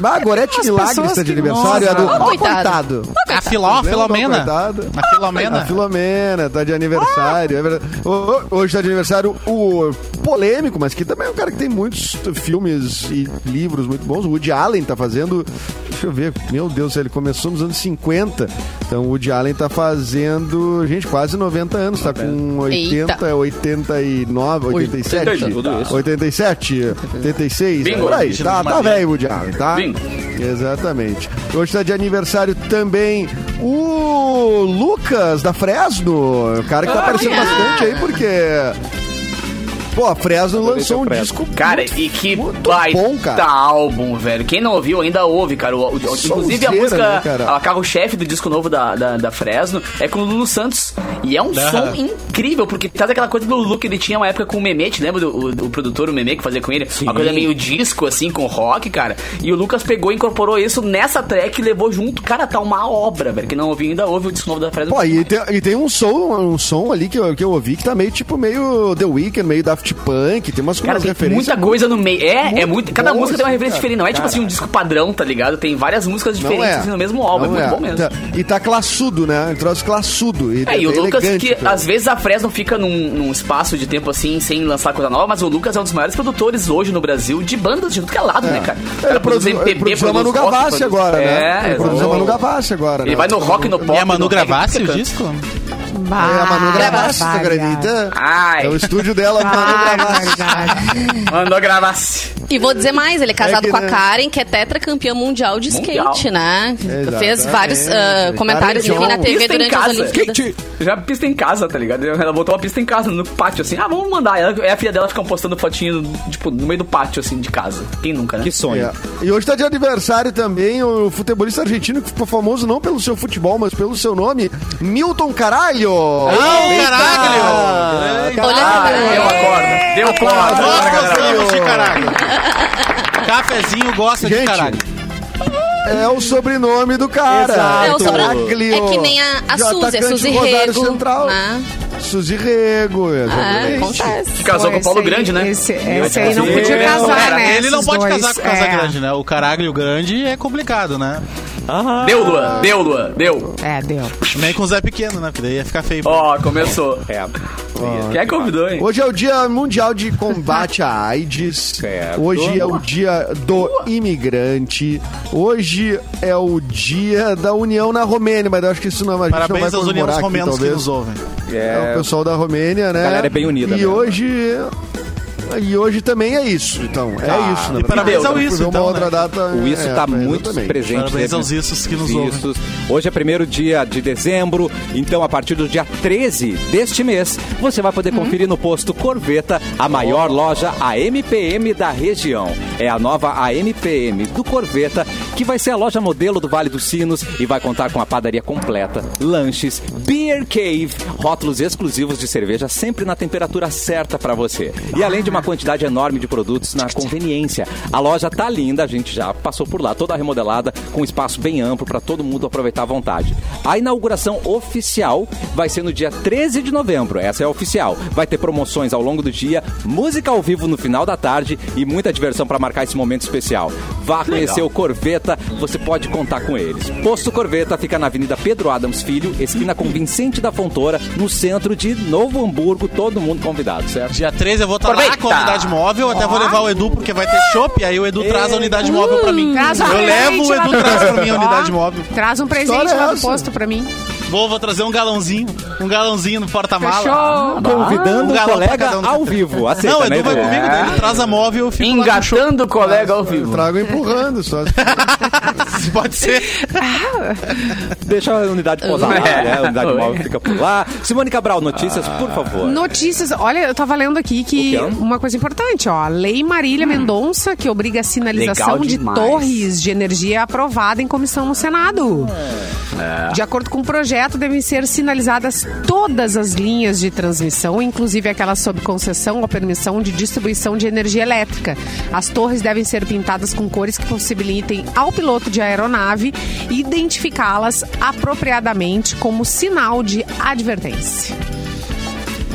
Ah, a Gorete As Milagres pessoas tá de que- aniversário. É do... Nossa. Ó, Ó, Oh, coitado. coitado. É A Filó, a Lembra do Filomena. coitado? A Filomena. A Filomena tá de aniversário, é verdade. Ho- ho- Hoje tá de aniversário o polêmico, mas que também é um cara que tem muitos t- filmes e livros muito bons. O Woody Allen tá fazendo. Deixa eu ver, meu Deus, ele começou nos anos 50. Então o Woody Allen tá fazendo, gente, quase 90 anos, tá com 80, Eita. 89, 87. 80, tudo 87, 86, Bingo, por aí. gente, Tá, numa tá linha. velho o Woody Allen, tá? Bingo. Exatamente. Hoje tá de aniversário também o Lucas da Fresno. O cara que tá aparecendo Olha! bastante aí, porque. Pô, a Fresno lançou um Fresno. disco. Cara, muito- e que muito baita bom, cara. álbum, velho. Quem não ouviu ainda ouve, cara. O- o- inclusive a Sonzeira, música, né, cara? a carro-chefe do disco novo da, da, da Fresno é com o Lulu Santos. E é um som incrível, porque traz aquela coisa do look que ele tinha uma época com o Memete, lembra do o, do produtor, o Meme que fazia com ele? Uma coisa meio disco, assim, com rock, cara. E o Lucas pegou e incorporou isso nessa track e levou junto. Cara, tá uma obra, velho. Quem não ouviu ainda ouve o disco novo da Fresno. Pô, e tem, e tem um som, um som ali que eu, que eu ouvi que tá meio tipo meio The Weeknd, meio Daft Punk, tem umas, Cara, umas tem referências. muita coisa no meio. É, é muito. Cada boa, música tem uma assim, referência cara. diferente. Não é tipo assim um disco padrão, tá ligado? Tem várias músicas diferentes assim, no mesmo álbum. Não é muito bom mesmo. Tá- e tá classudo, né? Um troço classudo. E, É, e o Lucas, elegante, que cara. às vezes a Fresno fica num, num espaço de tempo assim, sem lançar coisa nova, mas o Lucas é um dos maiores produtores hoje no Brasil de bandas de tudo que é lado, né, cara? O cara Ele produz, MPB, ele produziu produz a Manu rock, Gavassi produz- agora, É, né? Ele produziu a exato. Manu Gavassi agora, Ele né? vai no rock, no pop. E a Manu no reggae, gravasse o canta. disco? Ah, É, a Manu Gravassi, tu Bárbara. acredita? Ai. É o estúdio dela, Manu Gravassi. Bárbara. Manu gravasse. E vou dizer mais, ele é É casado que, com a né? Karen, que é tetracampeã mundial de Mundial. skate, né? Exatamente. Fez vários ah, Karen comentários enfim, na Johnson. TV Tipo, Pista em durante as casa. Olimpíadas. Já pista em casa, tá ligado? Ela botou uma pista em casa, no pátio, assim. Ah, vamos mandar. Ela, a filha dela ficam postando fotinho, tipo, no meio do pátio, assim, de casa. Quem nunca, né? Que sonho. É. E hoje tá de aniversário também o futebolista argentino que ficou famoso não pelo seu futebol, mas pelo seu nome, Milton Caralho. Eita! caralho! Olha, né? Ah, deu a corda. Deu a corda. Nós Bora, gostamos galera. de caralho. Cafezinho gosta de Gente, caralho. É o sobrenome do cara. Exato. É, o sobrenome. Caraglio. É que nem a, a De Suzy, atacante a Suzy do tá Rosário Rego. Central. né? Suzy Rego, Ah, exatamente. acontece. Que casou Pô, com o Paulo esse aí- Grande, né? Esse, Meu esse aí não Deus. podia Meu, casar, cara, né? Ele não esses pode dois. casar com o Casa É. Grande, né? O caralho grande é complicado, né? Deu, Luan. Deu, Luan. Deu. É, deu. Nem com o Zé Pequeno, né? Porque daí ia ficar feio. Ó, começou. É. tipo, Quem é que convidou, hein? Hoje é o Dia Mundial de Combate à AIDS. Certo. Hoje é o Dia do Imigrante. Hoje é o Dia da União na Romênia, mas eu acho que isso não, é a gente não vai Parabéns aos unidos comemorar aqui, romenos que um talvez. nos ouvem. É o pessoal da Romênia, né? galera é bem unida E mesmo. hoje... E hoje também é isso, então. É isso, na Tá. e verdade. parabéns ao Por isso, uma então, outra né? data, O isso é, está mas muito exatamente. presente. Parabéns né? aos issos que nos ouvem. Issos. Hoje é primeiro dia de dezembro, então a partir do dia 13 deste mês, você vai Uhum. poder conferir no posto Corveta, a maior loja AMPM da região. É a nova AMPM do Corveta, que vai ser a loja modelo do Vale dos Sinos e vai contar com a padaria completa, lanches, beer cave, rótulos exclusivos de cerveja sempre na temperatura certa para você. E além Ah. de uma quantidade enorme de produtos na conveniência. A loja tá linda, a gente já passou por lá, toda remodelada, com espaço bem amplo para todo mundo aproveitar à vontade. A inauguração oficial vai ser no dia 13 de novembro, essa é a oficial. Vai ter promoções ao longo do dia, música ao vivo no final da tarde e muita diversão para marcar esse momento especial. Vá conhecer o Corveta, você pode contar com eles. Posto Corveta fica na Avenida Pedro Adams Filho, esquina com Vicente da Fontoura, no centro de Novo Hamburgo, todo mundo convidado, certo? Dia 13 eu vou estar lá Aproveita. com a unidade móvel, até vou levar o Edu, porque vai ter chopp, aí o Edu traz a unidade móvel pra mim. Traz um eu levo, presente o lá Edu do- traz pra mim a Ó, unidade móvel. Traz um presente História é lá do essa? posto pra mim. Vou, vou trazer um galãozinho, um galãozinho no porta-mala. Fechou. Convidando Um um galão pra colega cada um. ao vivo. Aceita, Não, o né, Edu vai Edu? comigo, daí ele traz a móvel e eu fico lá no show. Engatando o colega ao Eu vivo. trago empurrando só. Pode ser. Deixa a unidade posar lá, É. né? A unidade Oi. móvel fica por lá. Simone Cabral, notícias, Ah. por favor. Notícias. Olha, eu tava lendo aqui que O quê? uma coisa importante, ó. A Lei Marília Mendonça, que obriga a sinalização Legal de demais. torres de energia é aprovada em comissão no Senado. De acordo com o projeto projeto devem ser sinalizadas todas as linhas de transmissão, inclusive aquelas sob concessão ou permissão de distribuição de energia elétrica. As torres devem ser pintadas com cores que possibilitem ao piloto de aeronave identificá-las apropriadamente como sinal de advertência.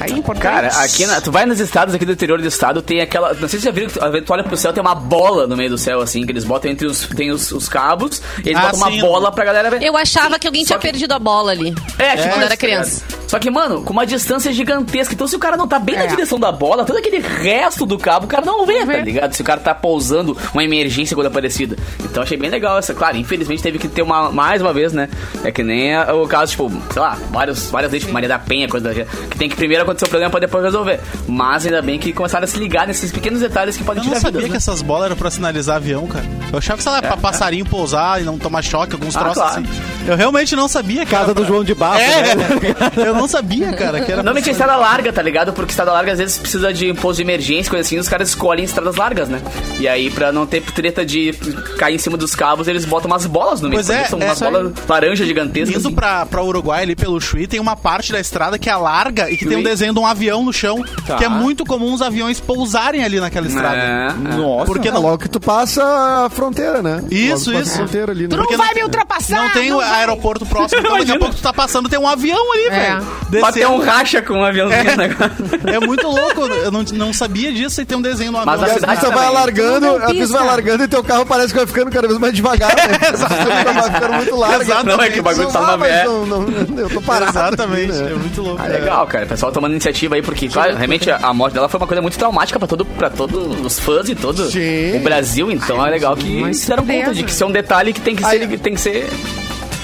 É importante. Cara, aqui na- tu vai nos estados aqui do interior do estado, tem aquela. Não sei se já viram, que tu, às vezes tu olha pro céu, tem uma bola no meio do céu, assim, que eles botam entre os. Tem os, os cabos, e eles Ah, botam sim. uma bola pra galera ver. Eu achava que alguém tinha perdido a bola ali. É, tipo, Quando isso, era criança. tá ligado? Só que, mano, com uma distância gigantesca. Então, se o cara não tá bem na É. direção da bola, todo aquele resto do cabo, o cara não vê, tá ligado? Se o cara tá pousando uma emergência quando aparecida. Então, achei bem legal essa. Claro, infelizmente teve que ter uma, mais uma vez, né? É que nem a- o caso, tipo, sei lá, vários, várias leis, tipo, Maria da Penha, coisa da. Que tem que primeiro acontecer o problema pra depois resolver. Mas ainda bem que começaram a se ligar nesses pequenos detalhes que podem Eu não tirar sabia vidas, que né? essas bolas eram pra sinalizar avião, cara. Eu achava que, sei lá, É. pra passarinho pousar e não tomar choque, alguns Ah, troços claro. assim. Eu realmente não sabia, cara. Casa do João de Barro. É, né? eu não sabia, cara, que era Não, mentira, estrada larga, tá ligado? Porque estrada larga às vezes precisa de imposto de emergência, coisa assim, os caras escolhem estradas largas, né? E aí, pra não ter treta de cair em cima dos cabos, eles botam umas bolas no meio. tipo, Pois é, são é umas isso aí. bolas laranja gigantescas. Indo assim. pra, pra Uruguai ali pelo Chuí, tem uma parte da estrada que é larga e que tem um Chuí. desenho de um avião no chão, Tá. que é muito comum os aviões pousarem ali naquela estrada. É. Nossa. Porque Porque não- logo que tu passa a fronteira, né? Isso, Logo que tu passa isso. A fronteira ali, né? Tu não Porque vai não- me ultrapassar! não tem não vai. É. aeroporto próximo, então daqui a Imagina. pouco tu tá passando, tem um avião ali, velho. Bateu um Descendo. racha com um aviãozinho É. é. agora. É muito louco, eu não, não sabia disso e tem um desenho no avião. Mas a E a cidade é pista vai também. alargando, Não tem a pista vai pista. alargando e teu carro parece que vai ficando cada vez mais devagar. Né? vai ficando muito largo. Não, é que o bagulho tá numa mas merda. não, não, Eu tô parado. Exatamente, aqui, né? é muito louco. Ah, legal, cara. O pessoal tomando iniciativa aí, porque, claro, realmente a a morte dela foi uma coisa muito traumática pra, todo, pra todos os fãs e todo Sim. o Brasil. Então é legal que mas se deram conta beleza. de que isso é um detalhe que tem que Aí- ser. que tem que ser...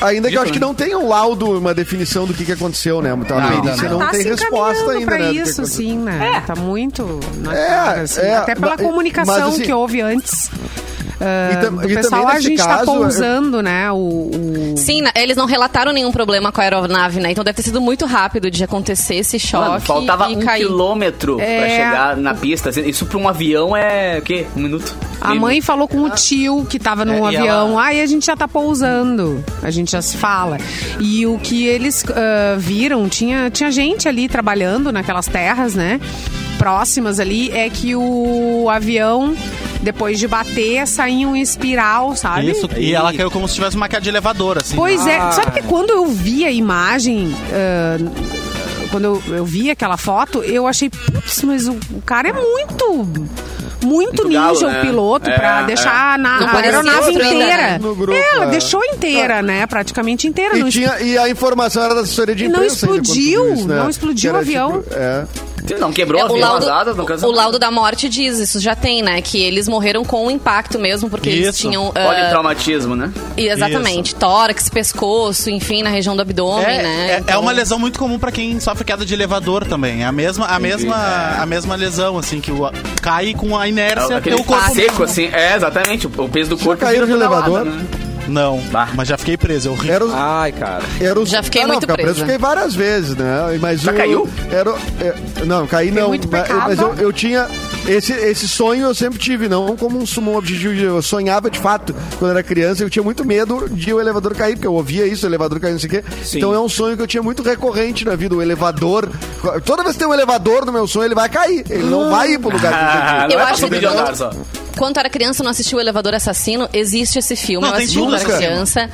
Ainda que Dito, eu acho que né? não tem um laudo, uma definição do que, que aconteceu, né? Então, a Não. perícia Mas não tá tem se resposta encaminhando ainda, pra né? do que isso, aconteceu. sim, né? É. Tá muito na É, cara, assim. é, Até pela mas- comunicação mas, assim, que houve antes. ah, e tam- do e também pessoal, a nesse gente tá caso, é- pousando, né? O, o- Sim, na- eles não relataram nenhum problema com a aeronave, né? Então deve ter sido muito rápido de acontecer esse choque Mano, faltava e um cair. quilômetro pra É. chegar na pista. assim, Isso pra um avião é o quê? Um minuto? A Meio mãe falou com o tio que tava num Ah. É, e avião. ela- Ai, a gente já tá pousando. A gente já se fala. E o que eles ah, viram, tinha, tinha gente ali trabalhando naquelas terras, né? Próximas ali, é que o avião, depois de bater, saiu em espiral, sabe? Isso, e ela caiu como se tivesse uma queda de elevador, assim. Pois é, sabe que quando eu vi a imagem, ah, quando eu, eu vi aquela foto, eu achei, putz, mas o, o cara é muito, muito, ninja galo, o né? piloto É, pra é. deixar na, Não a parecia aeronave outra, né? inteira. No grupo, é, ela é. deixou inteira, né? Praticamente inteira. E, não tinha, e a informação era da assessoria de E não imprensa. ainda quando explodiu, tudo isso, né? não explodiu Que o avião. tipo, é. Sim, Não quebrou É, a o, vela laudo, vazada, não o cansou. laudo da morte diz, isso já tem, né? Que eles morreram com o impacto mesmo, porque eles Isso. tinham. ah, Politraumatismo, né? e exatamente, tórax, pescoço, enfim, na região do abdômen, É, né? é- é Então- uma lesão muito comum pra quem sofre queda de elevador também. É a mesma, a mesma, a mesma lesão, assim, que o, cai com a inércia Aquele teu é corpo. seco, assim. É, exatamente. O o peso do corpo. caíram vira de toda elevador? lado, né? Não, Bah. mas já fiquei preso, eu ri. Era Ah, os, Ai, cara. Era o- Já fiquei Ah, muito ficar presa. fiquei várias vezes, né? Mas Já o- caiu? Era, o- é, não, caí não. muito mas pecado. mas eu, eu tinha. Esse, esse sonho eu sempre tive, não como um, sumo- um objetivo. de- Eu sonhava de fato quando era criança. Eu tinha muito medo de o elevador cair, porque eu ouvia isso, o elevador cair, não sei o quê. Então é um sonho que eu tinha muito recorrente na vida. O elevador. Toda vez que tem um elevador no meu sonho, ele vai cair. Ele não vai ir pro lugar que eu Ah, tinha. não Eu é acho pra que subir de quando- andar só. Quando eu era criança, eu não assisti o Elevador Assassino. Existe esse filme, Não, eu tem assisti quando tudo, era cara. criança.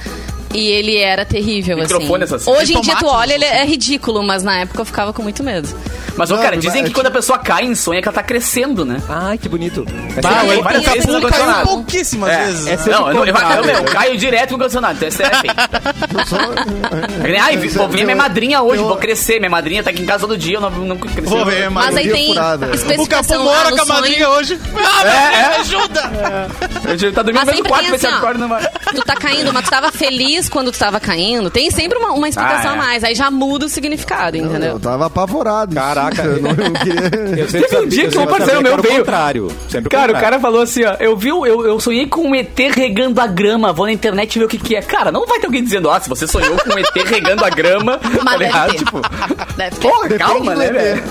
E ele era terrível, Microfone assim. assassino. Hoje em Tem dia tu tomate olha, ele é ridículo, mas na época eu ficava com muito medo. Mas, ô, Não, cara, mas- dizem que quando a pessoa cai em sonho é que ela tá crescendo, né? Ai, que bonito. Bah, Sim, eu- várias eu vezes caí no condicionado. pouquíssimas vezes. é né? sempre Não, eu, não- eu, contado. eu, meu, eu caio direto com o condicionado. Então, essa é feio. É que nem, Ai, vou ver minha madrinha hoje, vou crescer. Minha madrinha tá aqui em casa todo dia, eu não, não cresci. Vou ver, Mas aí Maioria tem furada. O Capu especificação lá mora no com a madrinha sonho. hoje. Ah, É, é. ajuda! Eu digo, Tá dormindo Mas no mesmo sempre quarto, tem vai ser assim, ó. agora numa... Tu tá caindo, mas tu tava feliz quando tu tava caindo. Tem sempre uma, uma explicação Ah, é. a mais. Aí já muda o significado, entendeu? Eu tava apavorado. Caraca. Eu não- eu queria- Eu sempre Teve um sabia- dia eu que um sempre parceiro sabia meu era o veio. contrário. Sempre o Cara, o contrário. cara falou assim, ó, eu vi, o- eu, eu sonhei com um ET regando a grama, vou na internet ver o que que é. Cara, não vai ter alguém dizendo, ah, se você sonhou com um ET regando a grama, tá Mas deve ligado? ter. Tipo, Deve ter. porra, Depende calma, do né, ET. velho?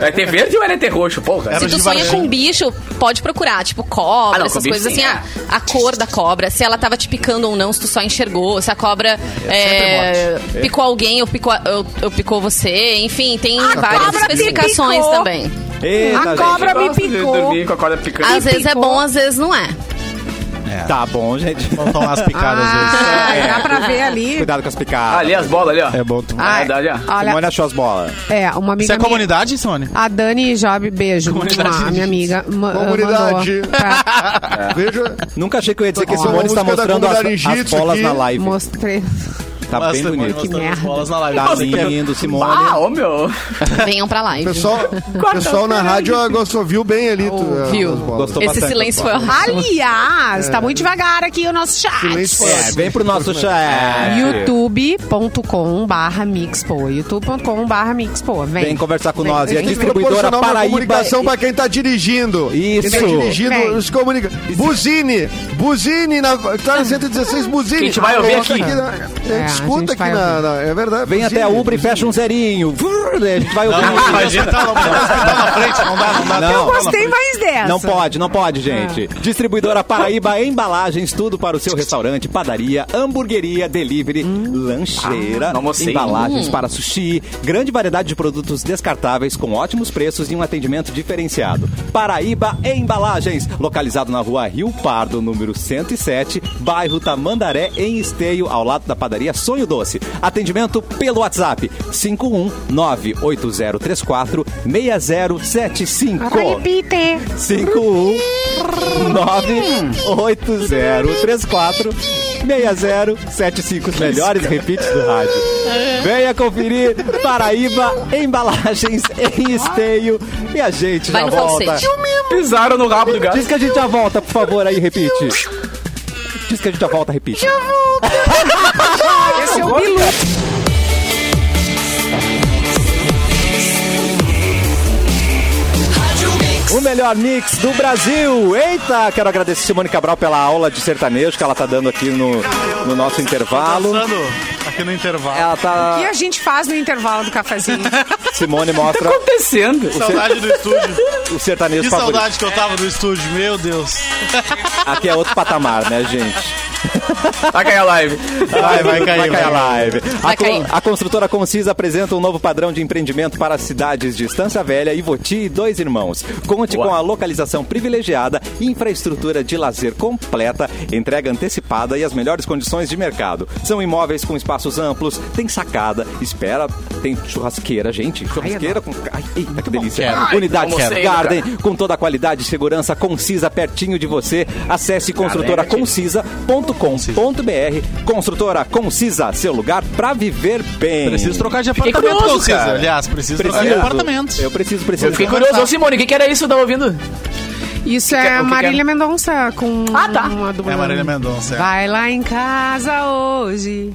É, é ET verde ou era ET roxo, porra? Era Se de tu sonha varginha. com um bicho, pode procurar, tipo Ah, cobra, não, com essas bicho coisas sim, é. assim, ah, a cor da cobra, se ela tava te picando ou não, se tu só enxergou, se a cobra é, picou alguém ou picou, ou, ou picou você, enfim, tem várias cobra te especificações picou. também. Eita, A gente. cobra- Eu me gosto de picou. dormir com a corda picando. Às vezes é picou. bom, às vezes não é. Tá bom, gente. Vão tomar as picadas às vezes. Ah, dá pra ver ali. Cuidado com as Ah, picadas. ali as bolas, ali, ó. É bom tu. Ah, é verdade, ó. Olha, Simone achou as bolas. é, uma amiga Tá Isso é minha- comunidade, Sônia? A Dani Job, beijo. Comunidade. A minha amiga. Ah, ma- ah, Comunidade. mandou pra- É. Veja. Nunca achei que eu ia dizer que Tô com Simone uma está música da mostrando as, comunidade as Jitsu bolas aqui. na live. Mostrei. Tá bem Nossa, bonito. mostrando as merda. bolas na live. Tá Nossa, que- lindo, Ah, Simone. ô meu. Venham pra live. Pessoal, pessoal na rádio ah, gostou, viu bem ali. tu, ah, Viu? as bolas. Gostou Esse bastante. silêncio foi horrível. Aliás, tá muito devagar aqui o nosso chat. Silêncio foi É, vem pro nosso chat. É. youtube.com barra mixpo youtube.com barra mixpo vem, Vem conversar com nós. E a vem. distribuidora Proporcionar uma Paraíba. comunicação pra quem tá dirigindo. Isso. Quem tá dirigindo, Vem. os comunica. Buzine! Buzine! Na, tá na 116 Buzine! Quem te vai ouvir Nossa, aqui. na- É, a gente escuta aqui vai na, ouvir. na- É verdade. Vem até a Ubra e fecha um zerinho. Vrr, A gente vai ouvir. Não, imagina. Tá lá na frente, não dá, não Não. dá. Tá lá na gostei frente. mais dessa Não pode, não pode, gente. Distribuidora Paraíba Embalagens, tudo para o seu restaurante, padaria, hamburgueria, delivery, lancheira, não almocei. embalagens para sushi, grande variedade de produtos descartáveis com ótimos preços e um atendimento diferenciado. Paraíba Embalagens, localizado na rua Rio Pardo, número 107, bairro Tamandaré, em Esteio, ao lado da padaria Sonho Doce. Atendimento pelo WhatsApp 5198034 6075. Repite. um, 51980346075 os melhores repites do rádio. Venha conferir Paraíba Embalagens em Esteio e a gente Vai já no volta. falsete. Pisaram no rabo do gato. Diz que a gente já volta, por favor, aí repite. Diz que a gente já volta, repite. esse é o Bilu O melhor mix do Brasil. Eita, quero agradecer Simone Cabral pela aula de sertanejo que ela tá dando aqui no, no nosso intervalo. Dançando Tá Aqui no intervalo. Ela O que tá. a gente faz no intervalo do cafezinho Simone mostra tá acontecendo? Saudade do estúdio. o sertanejo Que favorito. saudade é. que eu tava do estúdio, meu Deus. Aqui é outro patamar, né, gente? Vai cair Tá a live. Vai, vai cair, Vai cair a live. Vai a, co- cair. a construtora Concisa apresenta um novo padrão de empreendimento para as cidades de Estância Velha, Ivoti e Dois Irmãos. Conte Boa. com a localização privilegiada, infraestrutura de lazer completa, entrega antecipada e as melhores condições de mercado. São imóveis com espaços amplos, tem sacada, espera, tem churrasqueira, gente. Churrasqueira com. Ai, eita, que delícia. Quero. Unidade Como né, sempre, Garden, com toda a qualidade e segurança concisa pertinho de você. Acesse é construtora Garante. concisa.com.br. Construtora Concisa, seu lugar pra viver bem. Preciso trocar de Fiquei apartamento curioso, com vocês. cara. Aliás, preciso, trocar de preciso. apartamento. Eu preciso, preciso. Eu fiquei curioso. Ô, Simone, o que, que era isso? Tá ouvindo? isso que é- é o que que Marília é? Mendonça com Ah, tá. uma dupla. É Marília Mendonça. é. vai lá em casa hoje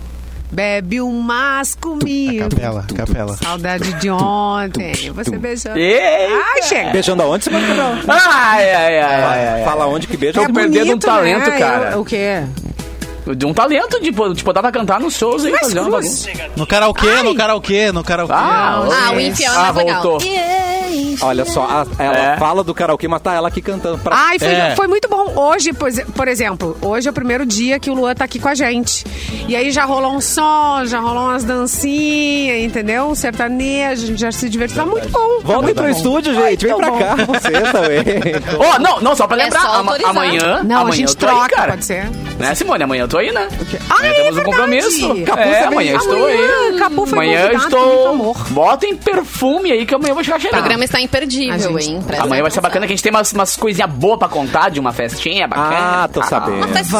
bebe umas comigo Capela, capela. saudade de ontem você beijou Ei! ai chega Beijando aonde, Simone Cabral? Ai, ai, ai, ai, ai. Fala onde que beija. Tô É perdendo bonito, um talento, né? cara. Eu- o quê? De um talento, tipo, tipo, dá pra cantar nos shows e Mas fazer uma cruz. bagunça. No karaokê, no karaokê, no karaokê. ô, Ah, o gente. infiel é Ah, mais legal. voltou. Olha só, a- ela É. fala do karaokê, mas tá ela aqui cantando. Pra... Ai, foi, É. foi muito bom. Hoje, pois- por exemplo, hoje é o primeiro dia que o Luan tá aqui com a gente. E aí já rolou um som, já rolou umas dancinhas, entendeu? Um sertanejo, a gente já se divertiu. Tá muito bom. tá Voltem muito pro bom. estúdio, gente. Vem tão pra bom. cá, você também. Ó, não, não, só pra É lembrar. só ama- autorizar. amanhã. Não, amanhã a eu gente tô aí, troca, cara. pode ser. Né, Simone? Amanhã eu tô aí, né? Ah, Amanhã é temos um verdade. compromisso. Capu é, também. amanhã eu estou Amanhã, aí. Capu foi amanhã eu convidado, muito estou. amor. Botem perfume aí que amanhã eu vou chegar O cheirando. programa está imperdível, A gente- hein? Presta Amanhã vai ser atenção. bacana que a gente tem umas, umas coisinhas boas pra contar de uma festinha bacana. Ah, tô sabendo. Uma festinha,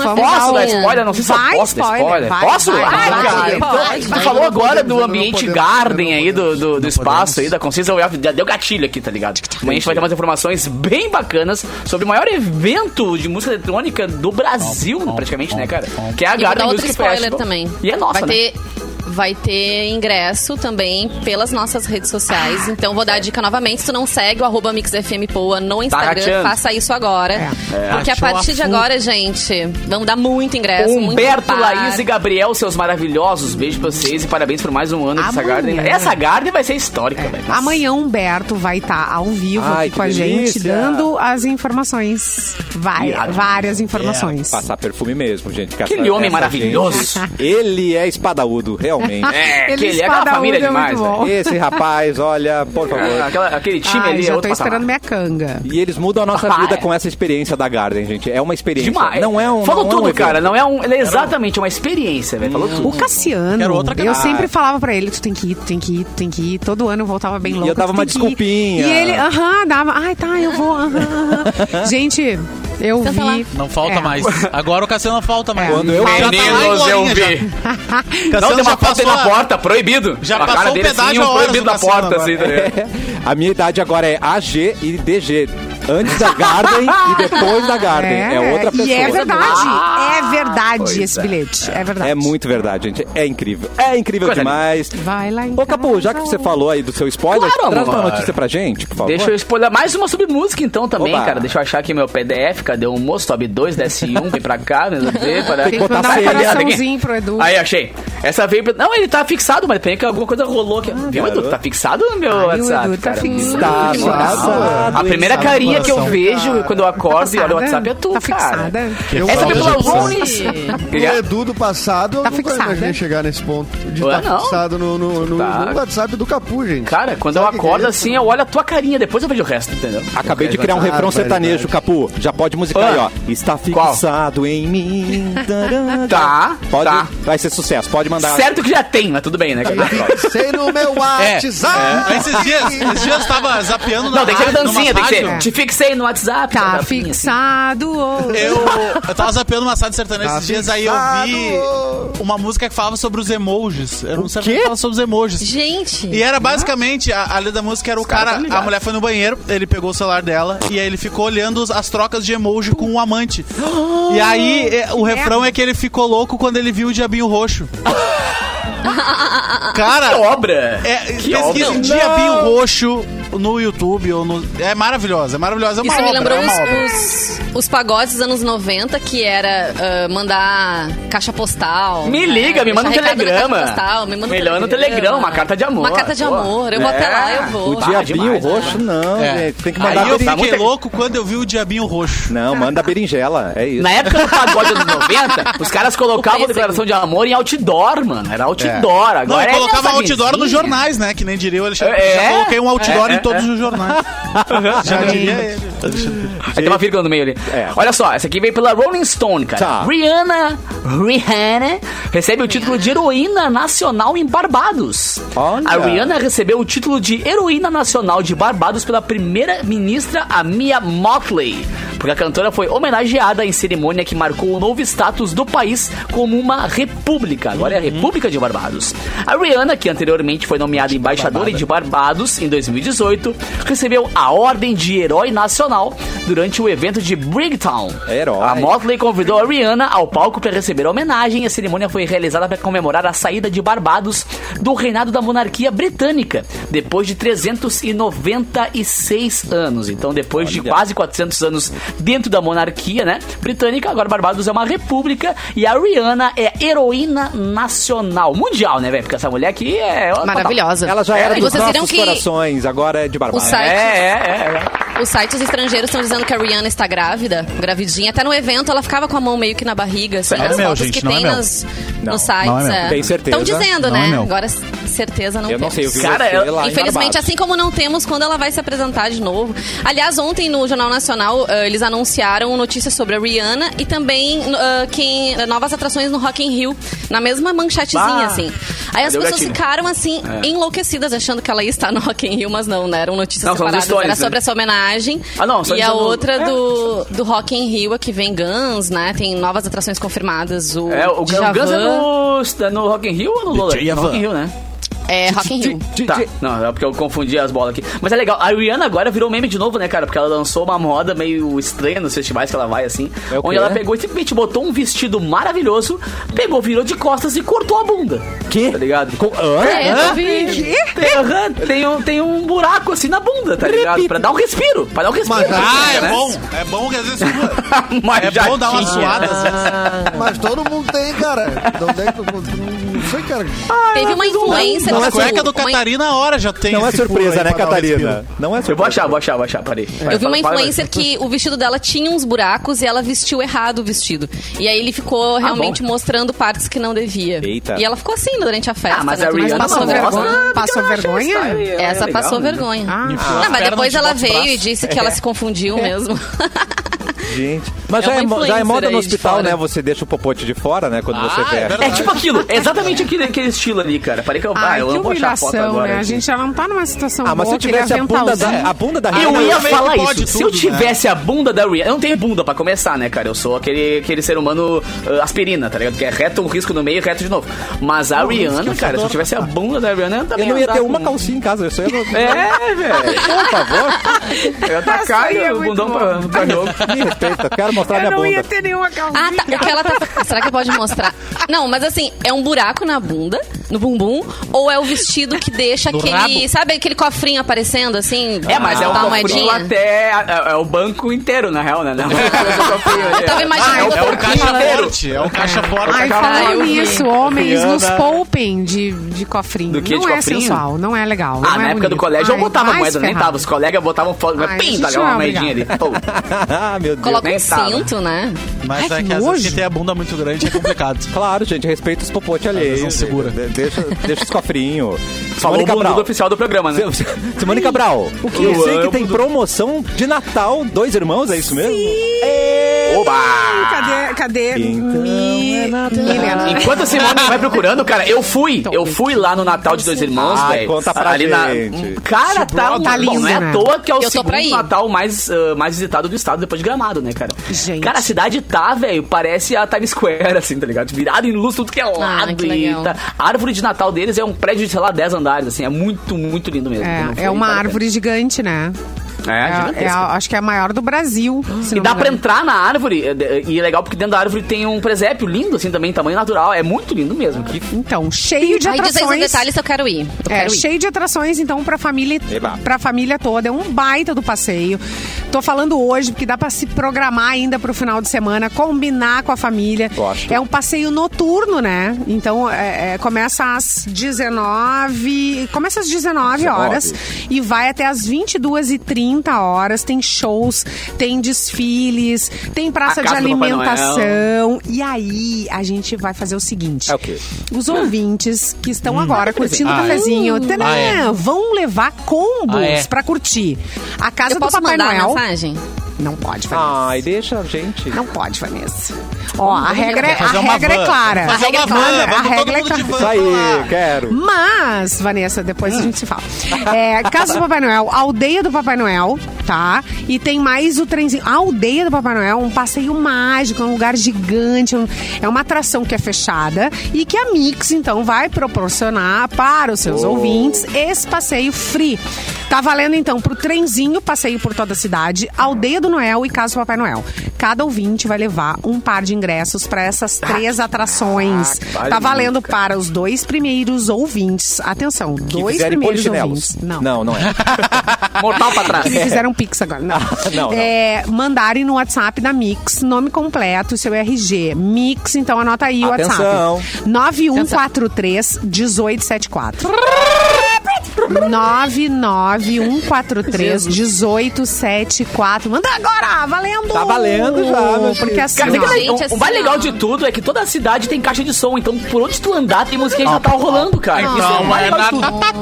Vamos- uma vamos- festinha. Posso dar spoiler? Não sei se eu Vai, posso dar spoiler. spoiler, vai, posso? vai, Ai, vai, cara. vai, então, vai, tu vai. falou Não agora podemos, do não ambiente podemos, garden não aí, do, do, do espaço podemos. aí, da consciência, já deu gatilho aqui, tá ligado? Amanhã a gente vai ter umas informações bem bacanas sobre o maior evento de música eletrônica do Brasil, praticamente, né, cara? Que é a E vou Garden dar outro Music spoiler Festival. também. E é nossa, Vai né? ter vai ter ingresso também pelas nossas redes Ah. sociais. Então vou dar a dica novamente. Se tu não segue o arroba MixFMPoa no Instagram, Tá rateando. É. faça isso agora. Porque a Achou a partir de fu- agora, gente, vamos dar muito ingresso. Humberto, muito Laís e par. Gabriel, seus maravilhosos. Beijo pra vocês e parabéns por mais um ano dessa Amanhã. Garden. Essa Garden vai ser histórica, É. velho. Nossa. Amanhã o Humberto vai estar ao vivo Ai, aqui que com a gente, delícia. dando as informações. Vai, Irado. É, várias informações. Passar perfume mesmo, gente. porque Aquele essa- homem essa maravilhoso. gente- ele é espadaúdo, realmente. É, Ele que ele é aquela espadaúda família é muito demais, bom. velho. Esse rapaz, olha, por É, favor. aquela- aquele time Ai, ali é já outro tô esperando minha canga. E eles mudam a nossa Rapaz. vida com essa experiência da Garden, gente. É uma experiência. Demais. Não é um. Falou não é um tudo, evento. cara. Não é um. Ele é exatamente uma experiência, velho. Hum. Falou O tudo. Cassiano, Quero outra eu cara. sempre falava pra ele, tu tem que ir, tu tem que ir, tu tem que ir. Todo ano eu voltava bem E louca. eu dava "Tu uma tem que ir." desculpinha. E ele, aham, dava, ai tá, eu vou, aham, aham. Gente, eu Senta lá. vi... Não falta É. mais. Agora o Cassiano não falta mais. tá É. Quando eu- Fala- Meninos, eu vi. Não, tem Cassiano uma já foto passou dele na a- porta, proibido. Já A cara passou o dele, assim, pedágio um há horas proibido do na Cassiano porta, agora. assim, tá ligado? É. A minha idade agora é AG e DG. Antes da Garden e depois da Garden. É, outra pessoa. E é verdade, Ah, é verdade pois esse é. bilhete, é verdade. É muito verdade, gente. É incrível. É incrível Coisa demais. Vai lá em Ô, Capu, casa. já que você falou aí do seu spoiler, Claro, traz uma amor. notícia pra gente, por favor. Deixa eu espolhar mais uma sobre música então também, Oba. cara. Deixa eu achar aqui meu PDF, cadê o moço? Sobe 2, desce 1, vem pra cá, né? não sei, para... Tem que botar mandar um seriado aqui. coraçãozinho pro Edu. Aí, achei. Essa veio pra... Não, ele tá fixado, mas peraí que alguma coisa rolou aqui. Viu, Edu? Tá fixado no meu Ai, o WhatsApp, Edu tá cara. fixado. Tá Que passado. A primeira hein? carinha que eu coração. vejo quando eu acordo e olho o WhatsApp é tu, Tá cara. fixada. Eu Essa é falo, Bíblia gente, Rony. é- O Edu do passado, Tá eu nunca fixado, imaginei né? chegar nesse ponto. De Ué, estar não. fixado no, no- no- Tá. no WhatsApp do Capu, gente. Cara, quando Sabe eu o que que acordo é isso? assim, eu olho a tua carinha, depois eu vejo o resto, entendeu? Acabei de criar um refrão Ah, sertanejo, Capu. Já pode musicar aí, Ah. ó. Está fixado em mim. Tá, Pode, tá. Vai ser sucesso. Pode mandar. Certo que já tem, mas tudo bem, né? cara? Sei no meu É. WhatsApp. É. Esses dias, esses dias tava zapeando na Não, tem que ser rádio, numa dancinha, tem que rádio. ser. Te fixei no WhatsApp. Tá Rafinha, assim. fixado. ô. Eu, eu tava zapeando uma sala de sertanejo Tá esses dias, aí eu fixado. vi uma música que falava sobre os emojis. Era um sertanejo que falava sobre os emojis. Gente, é E era basicamente, a, a lei da música era o caras cara, tão a ligados. mulher foi no banheiro, ele pegou o celular dela e aí ele ficou olhando os- as trocas de emoji com o amante. E aí é, o refrão é que ele ficou louco quando ele viu o diabinho roxo. Que Cara, obra! é, que pesquisa obra. diabinho roxo no YouTube ou no é maravilhosa, é maravilhosa, é uma Isso me obra, lembrou é uma obra. os, os, os pagodes dos anos 90, que era ah, mandar caixa postal. né? Me liga, me manda um Deixar recado na telegrama. caixa postal, me manda um Melhor no telegrama, uma carta de amor. Uma carta de Pô. amor. Eu vou É. até lá, eu vou. O Tá diabinho demais, roxo, não, É. gente. Tem que mandar Aí eu berinjela. tá fiquei muito- louco quando eu vi o diabinho roxo. Não, manda berinjela. É isso. Na época do pagode dos 90, os caras colocavam O pêssego. declaração de amor em outdoor, mano. Era outdoor. Agora Não, eu é colocava nessa outdoor nos vizinha. jornais, né? Que nem diria o Alexandre. É. Já coloquei um outdoor É, em todos os jornais. Já diria ele. Aí tem uma vírgula no meio ali. É. Olha só, essa aqui veio pela Rolling Stone, cara. Tá. Rihanna, Rihanna recebe o título de heroína nacional em Barbados. Olha. A Rihanna recebeu o título de heroína nacional de Barbados pela primeira ministra, a Mia Motley. Porque a cantora foi homenageada em cerimônia que marcou o novo status do país como uma república. Agora é a República de Barbados. A Rihanna, que anteriormente foi nomeada embaixadora de Barbados em 2018, recebeu a Ordem de Herói Nacional durante o evento de Brigtown. Herói. A Motley convidou a Rihanna ao palco para receber a homenagem. A cerimônia foi realizada para comemorar a saída de Barbados do reinado da monarquia britânica, depois de 396 anos. Então, depois de Olha. quase 400 anos dentro da monarquia né, britânica, agora Barbados é uma república e a Rihanna é heroína nacional, mundial, né, velho? Porque essa mulher aqui é... Maravilhosa. Ela já era É, E dos vocês viram nossos que corações, agora é de o Barbados. É, site é, é. Os sites estrangeiros estão dizendo que a Rihanna está grávida, gravidinha. Até no evento ela ficava com a mão meio que na barriga, assim, Não é nas meu, fotos gente, que não é tem meu. nos, Não, nos sites. não é meu. Tem certeza, Estão dizendo, não é né? meu. Agora, certeza não Eu não temos. sei, eu vi Cara, você eu- lá em Infelizmente, Barbados. assim como não temos quando ela vai se apresentar de novo. Aliás, ontem no Jornal Nacional, eh, eles anunciaram notícias sobre a Rihanna e também eh, quem, novas atrações no Rock in Rio, na mesma manchetezinha, Bah! É. assim. Aí as Deu pessoas gatilho. ficaram, assim, enlouquecidas, achando que ela ia estar no Rock in Rio, mas não, né? Eram notícias Não, são os separadas. stories, Era né? sobre essa homenagem. Ah, não, só e a dizendo- outra É, do, do Rock in Rio, a que vem Guns, né? Tem novas atrações confirmadas. O, É, o, o Djavan. Guns é no, é no Rock in Rio ou no Lola? Djavan. No Rock in Rio, né? É Rock in Rio. Tá, não, é porque eu confundi as bolas aqui. Mas é legal, a Rihanna agora virou meme de novo, né, cara? Porque ela lançou uma moda meio estranha nos festivais que ela vai, assim. É o quê? onde ela pegou e simplesmente botou um vestido maravilhoso, pegou, virou de costas e cortou a bunda. Quê? Tá ligado? É, eu vi. Tem, aham, tem um, tem um buraco assim na bunda, tá ligado? Pra dar um respiro, pra dar um respiro. Mas- Ah, é né? bom. É bom que às vezes Mas é já bom dar uma tinha. suada. assim. Ah. Mas todo mundo tem, cara. Não, tem- não- não sei, cara. Teve uma um influencer. Não, que a cueca do uma- Catarina, a hora já tem Não é esse furo aí surpresa, né, pra dar o Catarina? respiro. Não é surpresa. Eu vou achar, vou achar, vou achar, parei. Vai, Eu vi uma fala, fala, influencer vai. que o vestido dela tinha uns buracos e ela vestiu errado o vestido. E aí ele ficou Ah, realmente mostrando partes que não devia. Eita. E ela ficou assim durante a festa. Ah, mas né? a Todo mundo Rihanna passou é uma vergonha. bosta, porque Passou ela acha vergonha? essa aí, é Essa legal, passou né? vergonha. Ah. Enfiou Não, as mas pernas, tipo depois te ela bota o veio braço. e disse É. que ela se confundiu mesmo. Gente. Mas É já, uma é, mo- já é influencer moda aí no de hospital, fora. né? Você deixa o popote de fora, né? Quando você Ah, é veste. verdade. É tipo aquilo, é exatamente aquele, aquele estilo ali, cara. Parei que eu, ah, Ai, eu que não vou achar a foto humilhação, agora. né? A aqui. gente já não tá numa situação Ah, mas se eu boa, aquele tivesse a bunda aventalzinho. da, a bunda da Eu Rihanna, ia eu meio falar que isso. pode Se eu tudo, tivesse a bunda da Rihanna. Eu não tenho bunda pra começar, né, cara? Eu sou aquele, aquele ser humano ah, aspirina, tá ligado? Que é reto, um risco no meio, reto de novo. Mas a Rihanna, cara, se eu tivesse a bunda da Rihanna, eu eu também não ia andar ter com- uma calcinha em casa. Eu só ia... um- É, velho. Por favor, Eu ia tacar Essa aí é o muito bundão pra, boa. pra jogo. me respeita. Quero mostrar Eu minha não ia bunda. ter nenhuma calcinha. Ah, tá. O que ela tá. Será que pode mostrar? Não, mas assim, é um buraco na bunda, no bumbum, ou é o vestido que deixa No aquele. rabo? Sabe aquele cofrinho aparecendo assim? É, mas pra é um botar uma cofrinho moedinha? até... É, é o banco inteiro, na real, né? Não é uma coisa só cofrinho, Eu tava é. Ah, é imaginando o, é o outra caixa coisa. forte. É o caixa forte. Ai, Caralho, eu falando vi. nisso, homens, Rihanna. nos poupem de, de cofrinho. Do quê? Não De é cofrinho? sensual, não é legal. Ah, não na é época do bonito. colégio Ai, eu botava mais moeda, nem ferrado. tava. Os colegas botavam foto, Ai, pim, gente, pagava uma não é moedinha ali. obrigado. Pô, Ah, meu Deus. Coloca um Nem tava. cinto, né? Mas Ai, é que que às vezes nojo. quem tem a bunda muito grande é complicado. Claro, gente, respeita os popotes alheios. não segura. De- Deixa, deixa os cofrinhos. Falou Simone o mundo Cabral. oficial do programa, né? Se- Simone Cabral, o que? Eu sei que tem promoção de Natal, dois irmãos, é isso mesmo? Oba! Cadê? né? Cadê? Então Mi- é Natal. Milena. Enquanto a Simone vai procurando, cara, eu fui. Então, Eu fui lá no Natal de Dois Irmãos, Ai, velho. conta pra gente. Na... Cara, tá, um... Tá Bom, lindo, não é à né? toa que é o Eu tô pra segundo ir. Natal mais, ah, mais visitado do estado, depois de Gramado, né, cara? Gente. Cara, a cidade tá, velho, parece a Times Square, assim, tá ligado? Virado em luz, tudo que é lado. Ah, que e legal. tá- A árvore de Natal deles é um prédio de, sei lá, 10 andares, assim. É muito, muito lindo mesmo. Quando eu É, fui, é uma cara, árvore gigante, né? É, É, gigantesca. é a- acho que é a maior do Brasil. se E não dá me pra engano. entrar na árvore, é, de- e é legal porque dentro da árvore tem um presépio lindo, assim, também, tamanho natural. É muito lindo mesmo. Que Então, cheio de Aí diz aí um os atrações. detalhes, eu quero ir. Eu É, quero ir. cheio de atrações, então, pra família, Eba. pra família toda. É um baita do passeio. Tô falando hoje, porque dá pra se programar ainda pro final de semana, combinar com a família. Gosto. É um passeio noturno, né? Então, é, é, começa às 19... Começa às 19 horas e vai até às 22 e 30 horas. Tem shows, tem desfiles, tem praça A de casa do Papai alimentação. Então, E aí, a gente vai fazer o seguinte. É o quê? Os ouvintes que estão agora curtindo o Ah, é. cafezinho tanã, Ah, é. vão levar combos Ah, é. pra curtir. A casa Eu do posso Papai mandar a Noel. mensagem? Não pode, Ah. Vanessa. Ai, deixa, gente. Não pode, Vanessa. Ó, a regra, é, Fazer a uma regra van. é clara. Fazer a uma regra é clara. van. A Vamos todo regra é mundo de clara. van. Isso aí, pra lá. quero. Mas, Vanessa, depois a gente se fala. É, Casa do Papai Noel, Aldeia do Papai Noel, tá? E tem mais o trenzinho. A Aldeia do Papai Noel, é um passeio mágico, é um lugar gigante, é um- é uma atração que é fechada e que a Mix, então, vai proporcionar para os seus ouvintes esse passeio free. Tá valendo, então, pro trenzinho, passeio por toda a cidade, Aldeia do Noel e Casa do Papai Noel. Cada ouvinte vai levar um par de ingressos para essas três atrações. vale Tá muito, valendo para os dois primeiros ouvintes. Atenção, Que dois fizerem primeiros polichinelos. ouvintes. Não. não, não é. mortal pra trás. É. Que me fizeram pix agora. Não. Ah, não, não. É, mandarem no WhatsApp da Mix, nome completo, seu RG. Mix, então anota aí o Atenção. WhatsApp. 9143 1874. 99143 1874. Manda agora! Valendo! Tá valendo já, meu Porque querido. assim, Cara, sabe ó, que Gente, le- o, o mais assim, ó. legal de tudo é que toda a cidade tem caixa de som, então por onde tu andar tem música de Natal rolando, cara. Isso é o Não, mais é legal de tudo. Natal.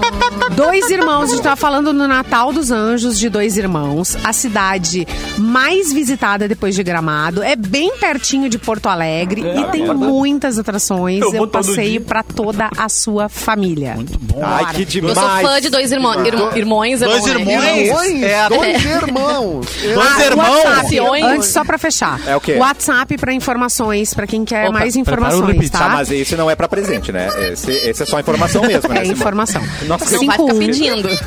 Dois irmãos, a gente tava falando no Natal dos Anjos de Dois Irmãos, a cidade mais visitada depois de Gramado, é bem pertinho de Porto Alegre e tem muitas atrações. Eu Eu, vou todo passeio dia. pra toda a sua família. Muito bom. Ai, que Eu demais. sou fã de dois irmãos. Irmões, Dois irmãos. Irmãos, É a- dois irmãos. Dois Ah, irmãos. WhatsApp, Irmãos. antes, só pra fechar. É o quê? WhatsApp pra informações, pra quem quer Opa, mais prepara o informações, repeat. Ah, tá? mas esse não é pra presente, né? Esse, esse é só informação mesmo, né? É Simone? informação. Nossa, Você não vai ficar 51. pedindo.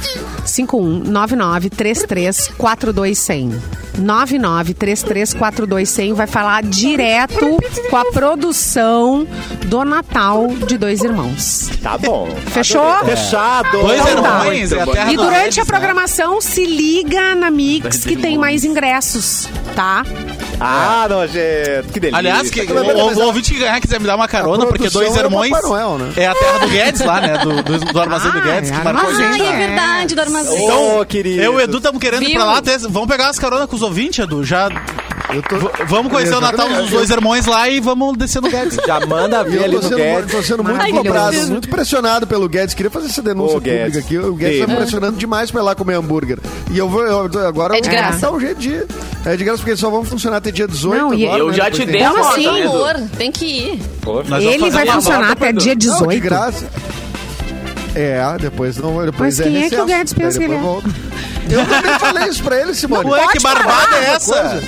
5199-3342-100. 99-3342-100 vai falar direto com a produção do Natal de Dois Irmãos. Tá bom. É. Fechou? Adorei. Fechado. Dois Então tá. irmãos. é a Ah, terra E do durante Elvis, né? a programação, se liga na Mix que tem mais ingressos, tá? Ah, nojento. Que delícia. Tá Aliás, que, Que o, o- o ouvinte que ganhar quiser me dar uma carona, A porque produção dois é o irmãos Papai Noel, né? é a terra do Guedes lá, né? Do, do- do armazém do Ah, Guedes, é que marcou a armazém. gente. Ai, é É. verdade, do armazém. Então, Eu e o Edu estamos querendo ir pra Viu? lá. até- Vamos pegar as caronas com os ouvintes, Edu. Já Eu tô- v- vamos conhecer o Natal dos dois irmãos lá e vamos descer no Guedes. Já manda E ver eu ali tô no sendo, Guedes. tô sendo muito Ai, que cobrado, delícia. muito pressionado pelo Guedes. Queria fazer essa denúncia Ô, Guedes. pública aqui. O Guedes tá me Sim. pressionando demais pra ir lá comer hambúrguer. E eu vou eu- agora É de eu vou graça. dar um jeito de ir. É de graça, porque só vamos funcionar até dia 18 Não, e- agora, Eu né? já Depois te tem- dei a Não, foto, assim, né, Edu? Amor, tem que ir. Nós vamos Ele fazer vai uma funcionar volta até pro Edu. dia Não, de 18. graça. É, depois não depois Mas quem é que recesso. o Guedes pensa que Daí ele depois volta. Eu também falei isso pra ele, Simone. Ué, que barbada é coisa. essa?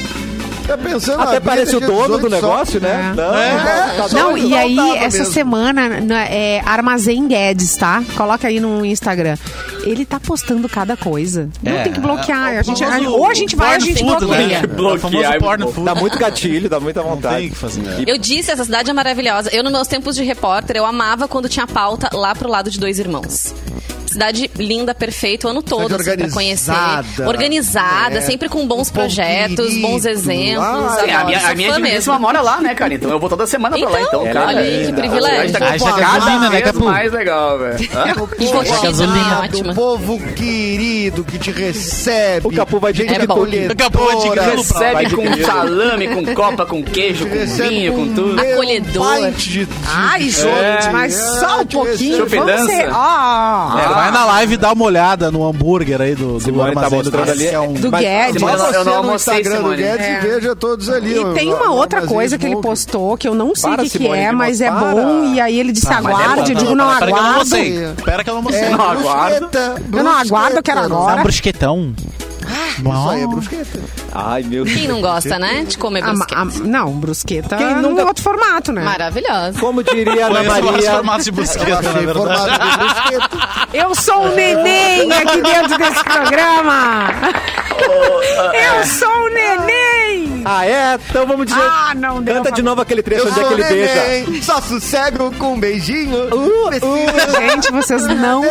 Tá pensando, Até ah, parece o dia dono do 18 só. negócio, né? É. Não, É. tá Não, doido, e aí, tava essa mesmo. semana, na- é, Armazém Guedes, tá? Coloca aí no Instagram. Ele tá postando cada coisa. Não É, tem que bloquear. é, a gente, a- famoso ou a gente vai, ou a porn gente food, bloqueia. Né? Bloqueia, É o famoso é porn muito food. Dá Tá muito gatilho, dá muita vontade. tem o que fazer. E- Eu disse, essa cidade é maravilhosa. Eu, nos meus tempos de repórter, eu amava quando tinha pauta lá pro lado de dois irmãos. Cidade linda, perfeita, o ano todo, assim, pra conhecer. organizada. Organizada, É. sempre com bons Um povo projetos, bons querido. exemplos. Ah, Adoro, É, a minha, sou a minha fã digníssima mesmo. mora lá, né, cara? Então eu vou toda semana pra lá, Então, então. cara, olha aí, linda. que A privilégio. cidade tá Acho que é gasolina, cada né, vez Capu? mais legal, velho. Hã? E Ah, Coxinha, gasolina. né? também é Do ótima. povo querido que te recebe. O Capu vai de Gente É bom. acolhedora, O Capu vai de grilo pra lá. Vai de Recebe com queijo. salame, com copa, com queijo, com recebe vinho, com tudo. meu Acolhedor. pint um de- de- Ah, Ai, É. gente, mas só um te recebe. pouquinho. Vamos Chupidança. ser. Ó, É, vai na live e dá uma olhada no hambúrguer aí do, do Simone tá armazém do mostrando Guedes, ali. que é um- do Mas- Guedes. Simone, Eu não- eu Você não no almocei, Instagram do Simone. Guedes É. e veja todos ali. E tem uma outra coisa que ele postou. postou que eu não sei o Para, que, que Simone, é, Lima, mas é para. bom. E aí ele disse: mas é aguarde. bom, eu digo: não Espera que eu não aguardo. almocei. Espera que eu não almocei. É, não aguardo. brusqueta, Eu não aguardo, eu quero brusqueta. agora. É um brusquetão. Isso Bom. aí é brusqueta. Ai, meu Deus. Quem não gosta, né? De comer Ah, ma- brusqueta. ah, não, brusqueta Quem num nunca- outro formato, né? Maravilhosa. Como diria Ana Conheço vários Maria... formatos de Eu brusqueta, na achei verdade. formado de brusqueta. Eu sou um neném aqui dentro desse programa. Eu sou um neném. é. Ah, é? Então vamos dizer... Ah, não deu Canta pra- de novo aquele trecho Eu onde é sou que ele beija. neném, só sossego com um beijinho. Uh, Gente, vocês É não,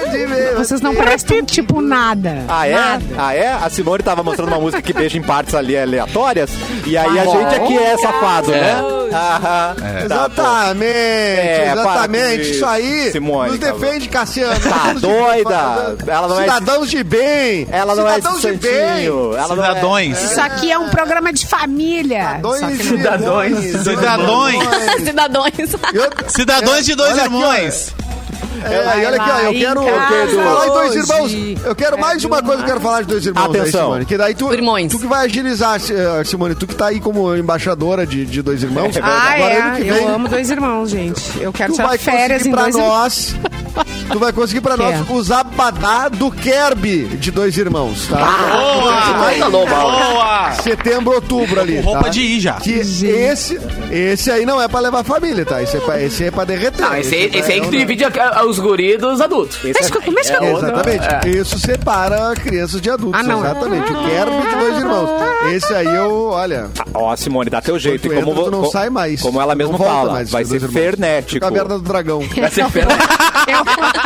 vocês não prestam tipo nada. Ah, é? Nada. Ah, é? A Simone tava mostrando uma música que beija em partes ali aleatórias. E aí a Ah, gente bom. É. aqui é safado, né? É. Aham. Tá bom. Exatamente, É, para com exatamente. isso, Isso aí Simone, nos tá bom. defende, Cassiano. Tá doida? Ela não é de- Cidadãos de bem. Ela não é Cidadãos esse santinho. Ela não é- Cidadões. Isso aqui é um programa de família. Tá É, Dois Só que não- Cidadões. irmãos. Cidadões. Cidadões. É. Eu- Cidadões de dois Olha aqui, irmãos. É, e olha aqui, ó, eu Vai quero em casa falar em dois hoje. É irmãos. Eu quero mais uma coisa que eu quero falar de dois irmãos aí, Atenção. Simone. Que daí tu, Irmões. tu que vai agilizar, Si- eh, Simone, tu que tá aí como embaixadora de, de dois irmãos. Ah, Agora ano é. que Eu vem, amo dois irmãos, gente. Eu quero Tu tirar vai férias conseguir em pra dois irmãos. nós. Tu vai conseguir pra nós Quer. o Zabadá do Kerb de dois irmãos, tá? Coisa loba, ó. Boa! Setembro, outubro ali. Com roupa tá? de ir já. Que esse, esse aí não é pra levar família, tá? Esse é pra, esse é pra derreter. Não, esse, aí- esse aí é que tu não- é. divide a- a- os guris dos adultos. Mas como é que eu- Exatamente. Isso separa crianças de adultos. Ah, não. Exatamente. O Kerb de dois irmãos. Esse aí eu, olha. Ó, Simone, dá teu jeito. tu E Ah, como, entra, tu não co- sai mais. Como ela Tu mesma não volta fala, mais, vai tu ser dois irmãos. fernético. Caverna do Dragão. Vai ser fera. Fernético.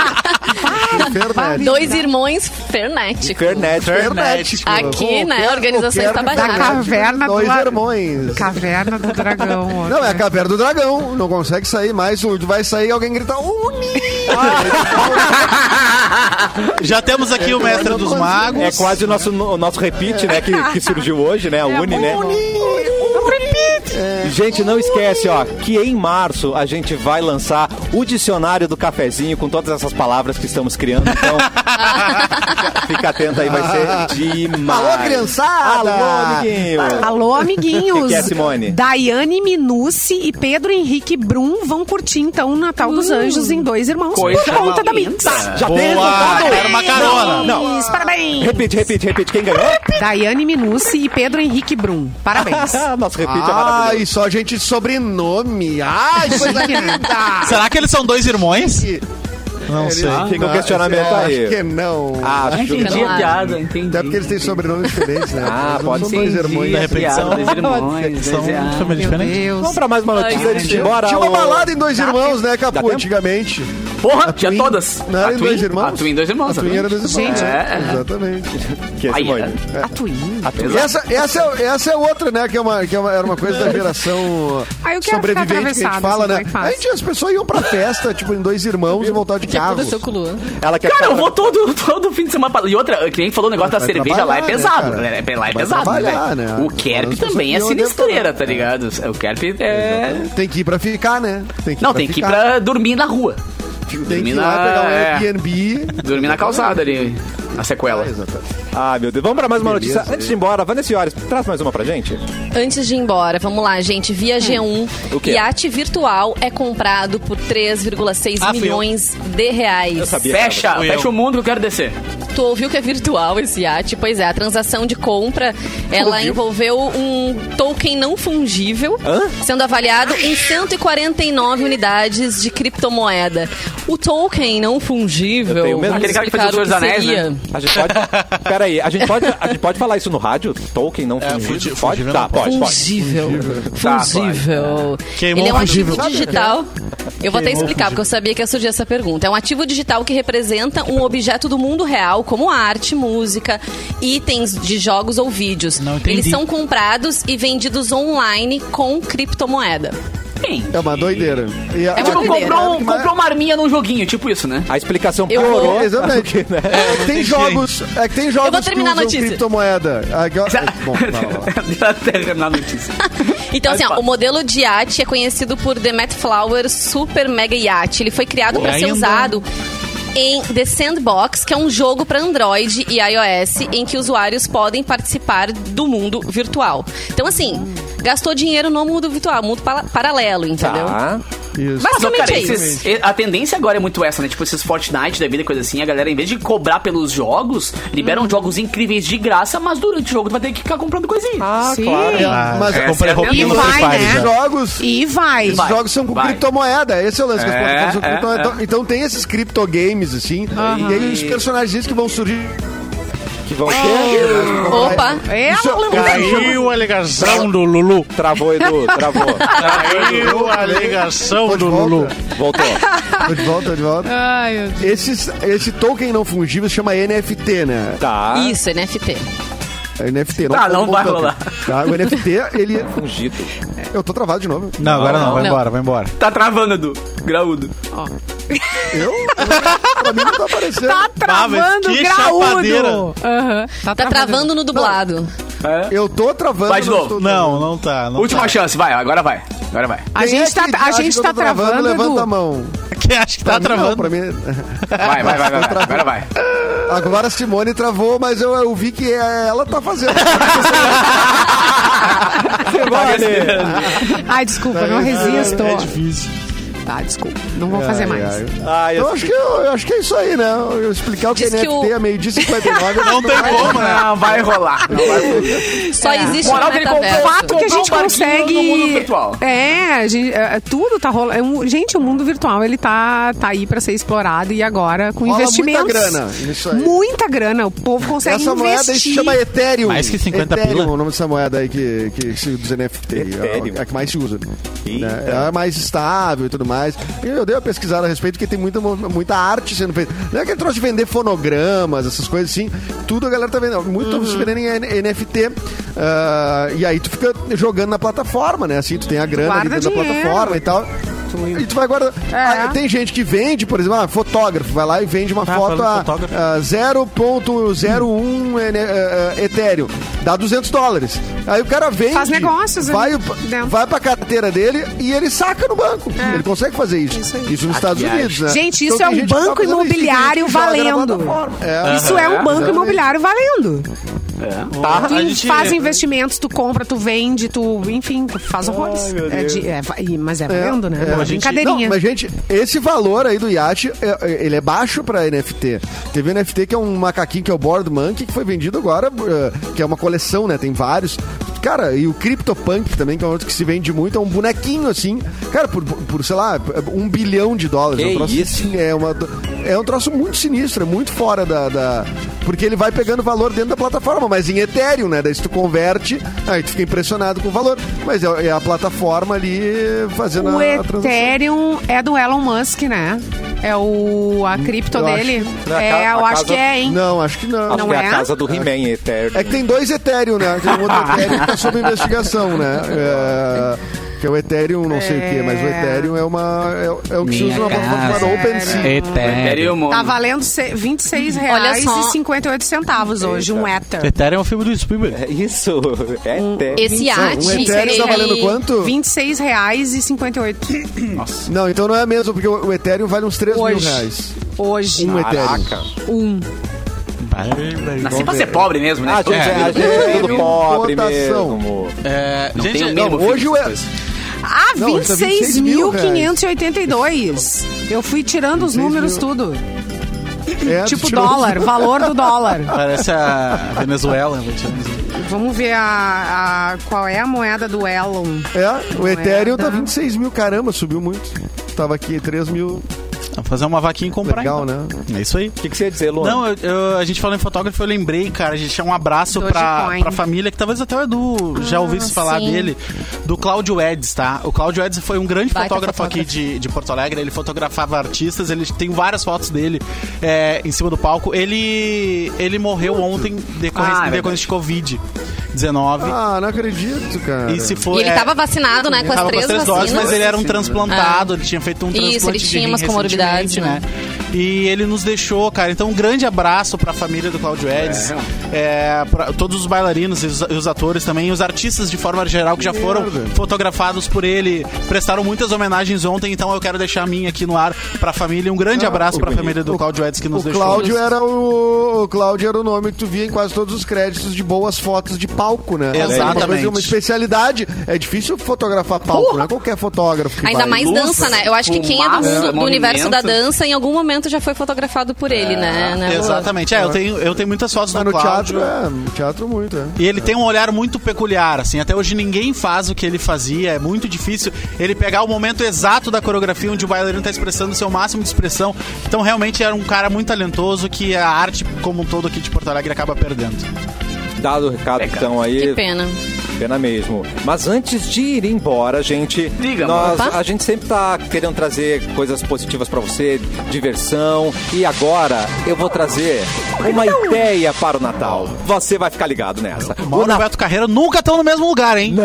Ah, Dois irmãos fernéticos. Fernético. Fernético. Aqui, O né, a Kerb- organização o Kerb está da barrada. Caverna do Dois Dragão. irmãos. Caverna do Dragão. ó. É. Não, é a caverna do dragão. Não consegue sair mais. Vai sair alguém grita Uni! Já temos aqui o mestre dos magos. É quase o nosso, o nosso repeat, né? Que, que surgiu hoje, né? A Uni, né? Não repite. Gente, não esquece, ó, que em março a gente vai lançar o dicionário do cafezinho com todas essas palavras que estamos criando. Então, fica- fica atento aí, vai ser demais. Alô, criançada! Alô, amiguinho! Alô, amiguinhos. Que que é, Simone? Daiane Minucci e Pedro Henrique Brum vão curtir, então, o Natal dos Anjos em Dois Irmãos. Coisa por conta da linda. Mix. Tá, Já um tem Boa! resultado? Quero uma carona! Não. Parabéns, parabéns. Repite, repite, repite. Quem ganhou? Daiane Minucci e Pedro Henrique Brum. Parabéns. Nosso repite é maravilhoso. Ai, só gente de sobrenome. Ai, coisa linda. Será que eles são dois irmãos? Não sei. Fica o questionamento É, aí. Acho que não. Acho Entendi Claro. a piada, entendi. Até porque eles têm sobrenomes diferentes, né? Ah, Eles não pode são ser. dois irmãos. né? De repente são- Dois irmãos, São dois de irmãos. família diferente? Deus. Vamos pra mais uma notícia Ai, antes de ir Tinha, embora. tinha uma ô- balada em dois irmãos, né, Capu? tempo? Antigamente. Porra, tinha Twin. todas. Não, A era em Twin? dois irmãos? A Twin, é dois irmãos. A Twin era dois irmãos. Gente. É, Exatamente. Que é Ai, Simone. A Twin. E Essa, essa, é- essa é outra, né? Que, é uma, que é uma, era uma coisa da geração Ah, eu quero ficar sobrevivente que a atravessada, gente fala, assim, como né? é que faz? Aí tinha- as pessoas iam pra festa, tipo, em dois irmãos e voltavam de que carro. aconteceu com o Luan? Ela é quer Cara, ficar eu vou todo, todo fim de semana. pra- E outra, que nem falou o negócio da vai cerveja lá é trabalhar, né, pesado. cara? né? Lá é Vai pesado, né, trabalhar, velho? né? O Kerp As pessoas também é iam adiantar, sinistreira, tá né? ligado? O Kerp é. Tem que ir pra ficar, né? Tem Não, tem que ir ficar. pra dormir na rua. Tem que ir dormir lá na- pegar um é. Airbnb. Dormir na calçada ali. A sequela. Exatamente. Ah, meu Deus. Vamos pra mais uma Beleza, notícia. Antes de ir embora, Vanessa Iores, traz mais uma pra gente. Antes de ir embora, vamos lá, gente. Via G1, O quê? iate virtual é comprado por 3,6 Ah, fui eu. milhões de Eu reais. sabia. Fecha, Fui fecha eu. o mundo que eu quero descer. Tu ouviu que é virtual esse iate? Pois é, a transação de compra, ela envolveu um token não fungível, sendo avaliado em 149 unidades de criptomoeda. O token não fungível... Eu tenho medo. vamos Aquele cara que fez explicar o Senhor o que dos Anéis, seria. né? A gente pode. Peraí, a gente pode, a gente pode falar isso no rádio? Tolkien não fugi- fungível? Pode? fungível Tá, não pode, pode. Fungível. Tá, Fungível. Queimou Ele é um o fungível. ativo digital. Eu vou até explicar, porque eu sabia que ia surgir essa pergunta. É um ativo digital que representa um objeto do mundo real, como arte, música, itens de jogos ou vídeos. Não entendi. Eles são comprados e vendidos online com criptomoeda. Sim. É uma doideira. E a- É Tipo, uma doideira. comprou, um, comprou uma arminha num joguinho, tipo isso, né? A explicação Eu vou- piorou. Tá Exatamente. É que tem jogos. É que tem jogos vou terminar a que usam notícia. criptomoeda. Tá. Ah, que- Bom, vai lá. Deixa eu terminar a notícia. Então, assim, ó, Opa. o modelo de iate é conhecido por The Matt Flower Super Mega Yacht. Ele foi criado para ser ainda. usado em The Sandbox, que é um jogo para Android e iOS, em que usuários podem participar do mundo virtual. Então, assim, gastou dinheiro no mundo virtual, mundo pala- paralelo, entendeu? Tá. Isso. Mas, ô, Basicamente cara, é isso. esses- a tendência agora é muito essa, né? Tipo, esses Fortnite da vida e coisa assim, a galera, em vez de cobrar pelos jogos, liberam jogos incríveis de graça, mas durante o jogo tu vai ter que ficar comprando coisinha. Ah, Sim. claro. Ah, Mas- eu Essa é comprei a roupinha no minha Free mãe, Fire né? já. Jogos. E vai. Esses Vai, jogos são com vai. criptomoeda. Esse é o lance que as É, plataformas são com é, criptomoeda. é. Então, então tem esses criptogames, assim. E aí os personagens que vão surgir. Que vão ter. Opa! Isso- Ela Caiu a ligação do Lulu. Travou, Edu, travou. Caiu a Tô ligação de do Lulu. volta. Voltou. Tô de volta, tô de volta. Ai, meu Deus. Esses, esse token não fungível se chama NFT, né? Ah. Tá. Isso, NFT. É NFT. Tá, não um vai token. rolar. Tá, o NFT, ele... Fungido. Eu tô travado de novo. Não, agora não, vai Não. embora, vai embora. Tá travando, Edu. Graúdo. Eu? pra mim não tá aparecendo. Tá travando Ah, que graúdo. chapadeira. Aham. Tá travando no dublado. Eu tô travando. Vai de não novo. estou travando. Não, não tá. não Última tá. chance, vai, agora vai. Agora vai. A Quem é gente tá, que a acha gente que eu tá tô travando, travando, levanta a Edu. mão. Quem acha que tá Pra mim Não, pra travando? mim... Vai, vai, vai, vai, vai. Agora vai. Agora a Simone travou, mas eu, eu vi que é- ela tá fazendo. Simone. Ai, desculpa, não resisto. É difícil. Tá, desculpa. Não vou fazer mais. Ai, ai. Ah, Ai, Eu eu acho, que eu, eu acho que é isso aí, né? Eu explicar o que é Diz que NFT o- a meio-dia e 59. Não tem vai- como, né? Não, vai rolar. Não vai rolar. Só existe Moral no dele comprou O metaverso. fato Tá. É. que a Comprou gente um barquinho consegue. no mundo virtual. É, a gente, é, tudo tá rolando. É um- Gente, o mundo virtual ele tá, tá aí pra ser explorado e agora com Rola investimentos. muita grana, isso aí. Muita grana. O povo consegue Essa moeda aí se investir. chama Ethereum. Mais que 50 Ethereum, pila. o nome dessa moeda aí que, que se usa NFT. Ethereum. É a que mais se usa. né? Eita. É a mais estável e tudo mais. E Eu dei uma pesquisada a respeito porque tem muita, muita arte sendo feita. Não é aquele troço de vender fonogramas, essas coisas assim. Tudo a galera tá vendendo. Muito Uhum. se vendendo em N- NFT. Ah, e aí tu fica jogando na plataforma, né? Assim, tu tem a grana ali Guarda dentro da dinheiro. plataforma e tal. fluido. E tu vai guardar. É. Ah, tem gente que vende, por exemplo, ah, fotógrafo, vai lá e vende uma Tá, foto falando a, fotógrafo. a 0.01 ene- eh, eh, Ethereum. Dá 200 dólares. Aí o cara vende. Faz negócios Vai, ali dentro. É. vai pra carteira dele e ele saca no banco. Ele consegue fazer isso. Isso Isso, aí. nos Estados Viagem. Unidos, né? Gente, isso Então é tem um gente que tá banco fazendo isso, tem imobiliário gente que joga na valendo. plataforma. É. Isso é um banco exatamente. imobiliário valendo. Ah, Tá? Tu A gente- faz investimentos, tu compra, tu vende, tu, enfim, tu faz horrores. meu É de- é, va- e- mas é valendo, né? é. É uma A gente- brincadeirinha. Não, mas, gente, esse valor aí do iate, é- é- ele é baixo pra NFT. Teve NFT que é um macaquinho, que é o Board Monkey, que foi vendido agora, eh, que é uma coleção, né? Tem vários. Cara, e o CryptoPunk também, que é um outro que se vende muito, é um bonequinho assim. Cara, por, por sei lá, um bilhão de dólares. Que é um troço isso? assim, é, uma, é um troço muito sinistro, é muito fora da, da- Porque ele vai pegando valor dentro da plataforma, mas em Ethereum, né? Daí se tu converte, aí tu fica impressionado com o valor. Mas é, é a plataforma ali fazendo O a, a transação. Ethereum é do Elon Musk, né? É o, a cripto Hum, eu acho dele. que- a é, ca- eu a acho casa- que é, hein? Não, acho que não. Não é é? a casa do He-Man Ethereum. É que tem dois Ethereum, né? Tem um outro Ethereum que tá sob investigação, né? É, que é o Ethereum, não sei o quê, mas o Ethereum é uma. É, é o que se usa Minha na plataforma casa. chamada OpenSea. É. Ethereum. Tá valendo se- R$ 26 reais só. e 58 centavos hoje, um Ether. Ethereum é um filme do Spielberg. É Isso, é Ethereum. Então, Esse iate. Um Ethereum tá ele- valendo quanto? 26 reais e 58 Não, então não é mesmo, porque o o Ethereum vale uns 3 mil hoje. reais. Hoje. Um Ethereum. Um. Nasci pra ser pobre mesmo, né? A gente Todo é, a mundo. gente é tudo pobre Cotação. mesmo. É, Não tem o gente, Não, mínimo, hoje filho. o E- Ah, Não, tá 26.582. Eu fui tirando os 26 números mil. tudo. é. tu Tipo tirou- dólar, valor do dólar. parece a Venezuela. né? vou te dizer. Vamos ver a, a- qual é a moeda do Elon. É, o é, Ethereum tá tá. 26 mil, caramba, subiu muito. Tava aqui 3 mil, Vamos fazer uma vaquinha e comprar. legal, então. né? É isso aí. O que, que você ia dizer, Luan? Não, eu- eu- a gente falou em fotógrafo, eu lembrei, cara, a gente é um abraço pra, Dogecoin. pra família, que talvez até o Edu já ouvisse falar Ah, sim. dele, do Cláudio Eds, tá? O Cláudio Eds foi um grande Baita fotógrafo, aqui de, de Porto Alegre, ele fotografava artistas, ele tem várias fotos dele é, em cima do palco. Ele, ele morreu ontem decorrente, Ah, é em decorrência de Covid-19. Ah, não acredito, Ah, cara. e se for. E ele é, tava vacinado, né? Com as tava três, três vacinas. doses, mas ele era um Sim, né? transplantado, ele tinha feito um Isso, transplante ele tinha de rim umas comorbidades, recentemente, né? E ele nos deixou, cara. Então, um grande abraço pra família do Claudio Edes, é, pra todos os bailarinos e os, e os atores também, e os artistas de forma geral que já foram fotografados por ele, prestaram muitas homenagens ontem. Então, eu quero deixar a minha aqui no ar pra família. Um grande abraço pra família do Claudio Edes que nos Ah, O deixou. Cláudio era o, o Cláudio era o nome que tu via em quase todos os créditos de boas fotos de palco, né? Exatamente. Uma, coisa, uma especialidade. É difícil fotografar palco, não é qualquer fotógrafo. que Ainda vai. mais dança, né? Eu acho que quem é do, fumaça, mundo- do movimento. universo da dança, em algum momento já foi fotografado por ele, né? né, Luan? Exatamente. É, eu tenho, eu tenho muitas fotos Mas do no Cláudio. teatro, é, no teatro muito, é. E ele tem um olhar muito peculiar, assim. Até hoje ninguém faz o que ele fazia, é muito difícil ele pegar o momento exato da coreografia onde o bailarino tá expressando o seu máximo de expressão. Então, realmente, era um cara muito talentoso que a arte, como um todo aqui de Porto Alegre, acaba perdendo. Dado o recado, então, aí. Que pena. Pena mesmo. Mas antes de ir embora, gente, Diga, nós, amor. a gente sempre tá querendo trazer coisas positivas pra você, diversão. E agora eu vou trazer uma ideia para o Natal. Você vai ficar ligado nessa. Mauro e Beto Carreira nunca estão no mesmo lugar, hein? Nunca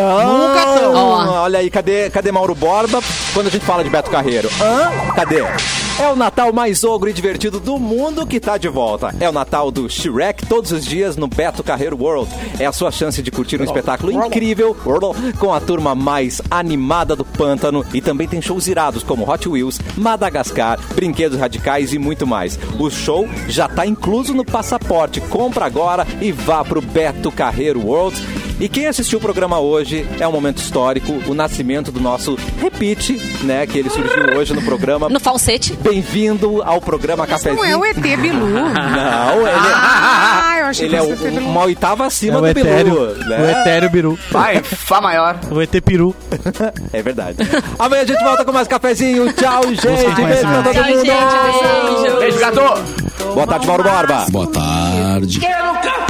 Não, estão. Ó. Olha aí, cadê, cadê Mauro Borba quando a gente fala de Beto Carreiro? Hã? Cadê? É o Natal mais ogro e divertido do mundo que tá de volta. É o Natal do Shrek todos os dias no Beto Carreiro World. É a sua chance de curtir um espetáculo incrível World, com a turma mais animada do pântano e também tem shows irados como Hot Wheels, Madagascar, Brinquedos Radicais e muito mais. O show já tá incluso no passaporte. Compra agora e vá pro Beto Carreiro World. E quem assistiu o programa hoje é um momento histórico, o nascimento do nosso Repeat, né? Que ele surgiu hoje no programa. No falsete. Bem-vindo ao programa Cafezinho. Não é o ET Bilu. Não, ele é, Ah, eu achei ele é que fosse o ET o- Bilu. uma oitava acima o do etéreo, Bilu. Né? Biru. Vai, Fá maior. O ET Peru. É verdade. Amanhã a gente volta com mais cafezinho. Tchau, gente. Beijo pra todo Ai, gente, mundo. beijo. Beijo, gato. Boa tarde, Mauro Borba. Boa tarde. Quero café.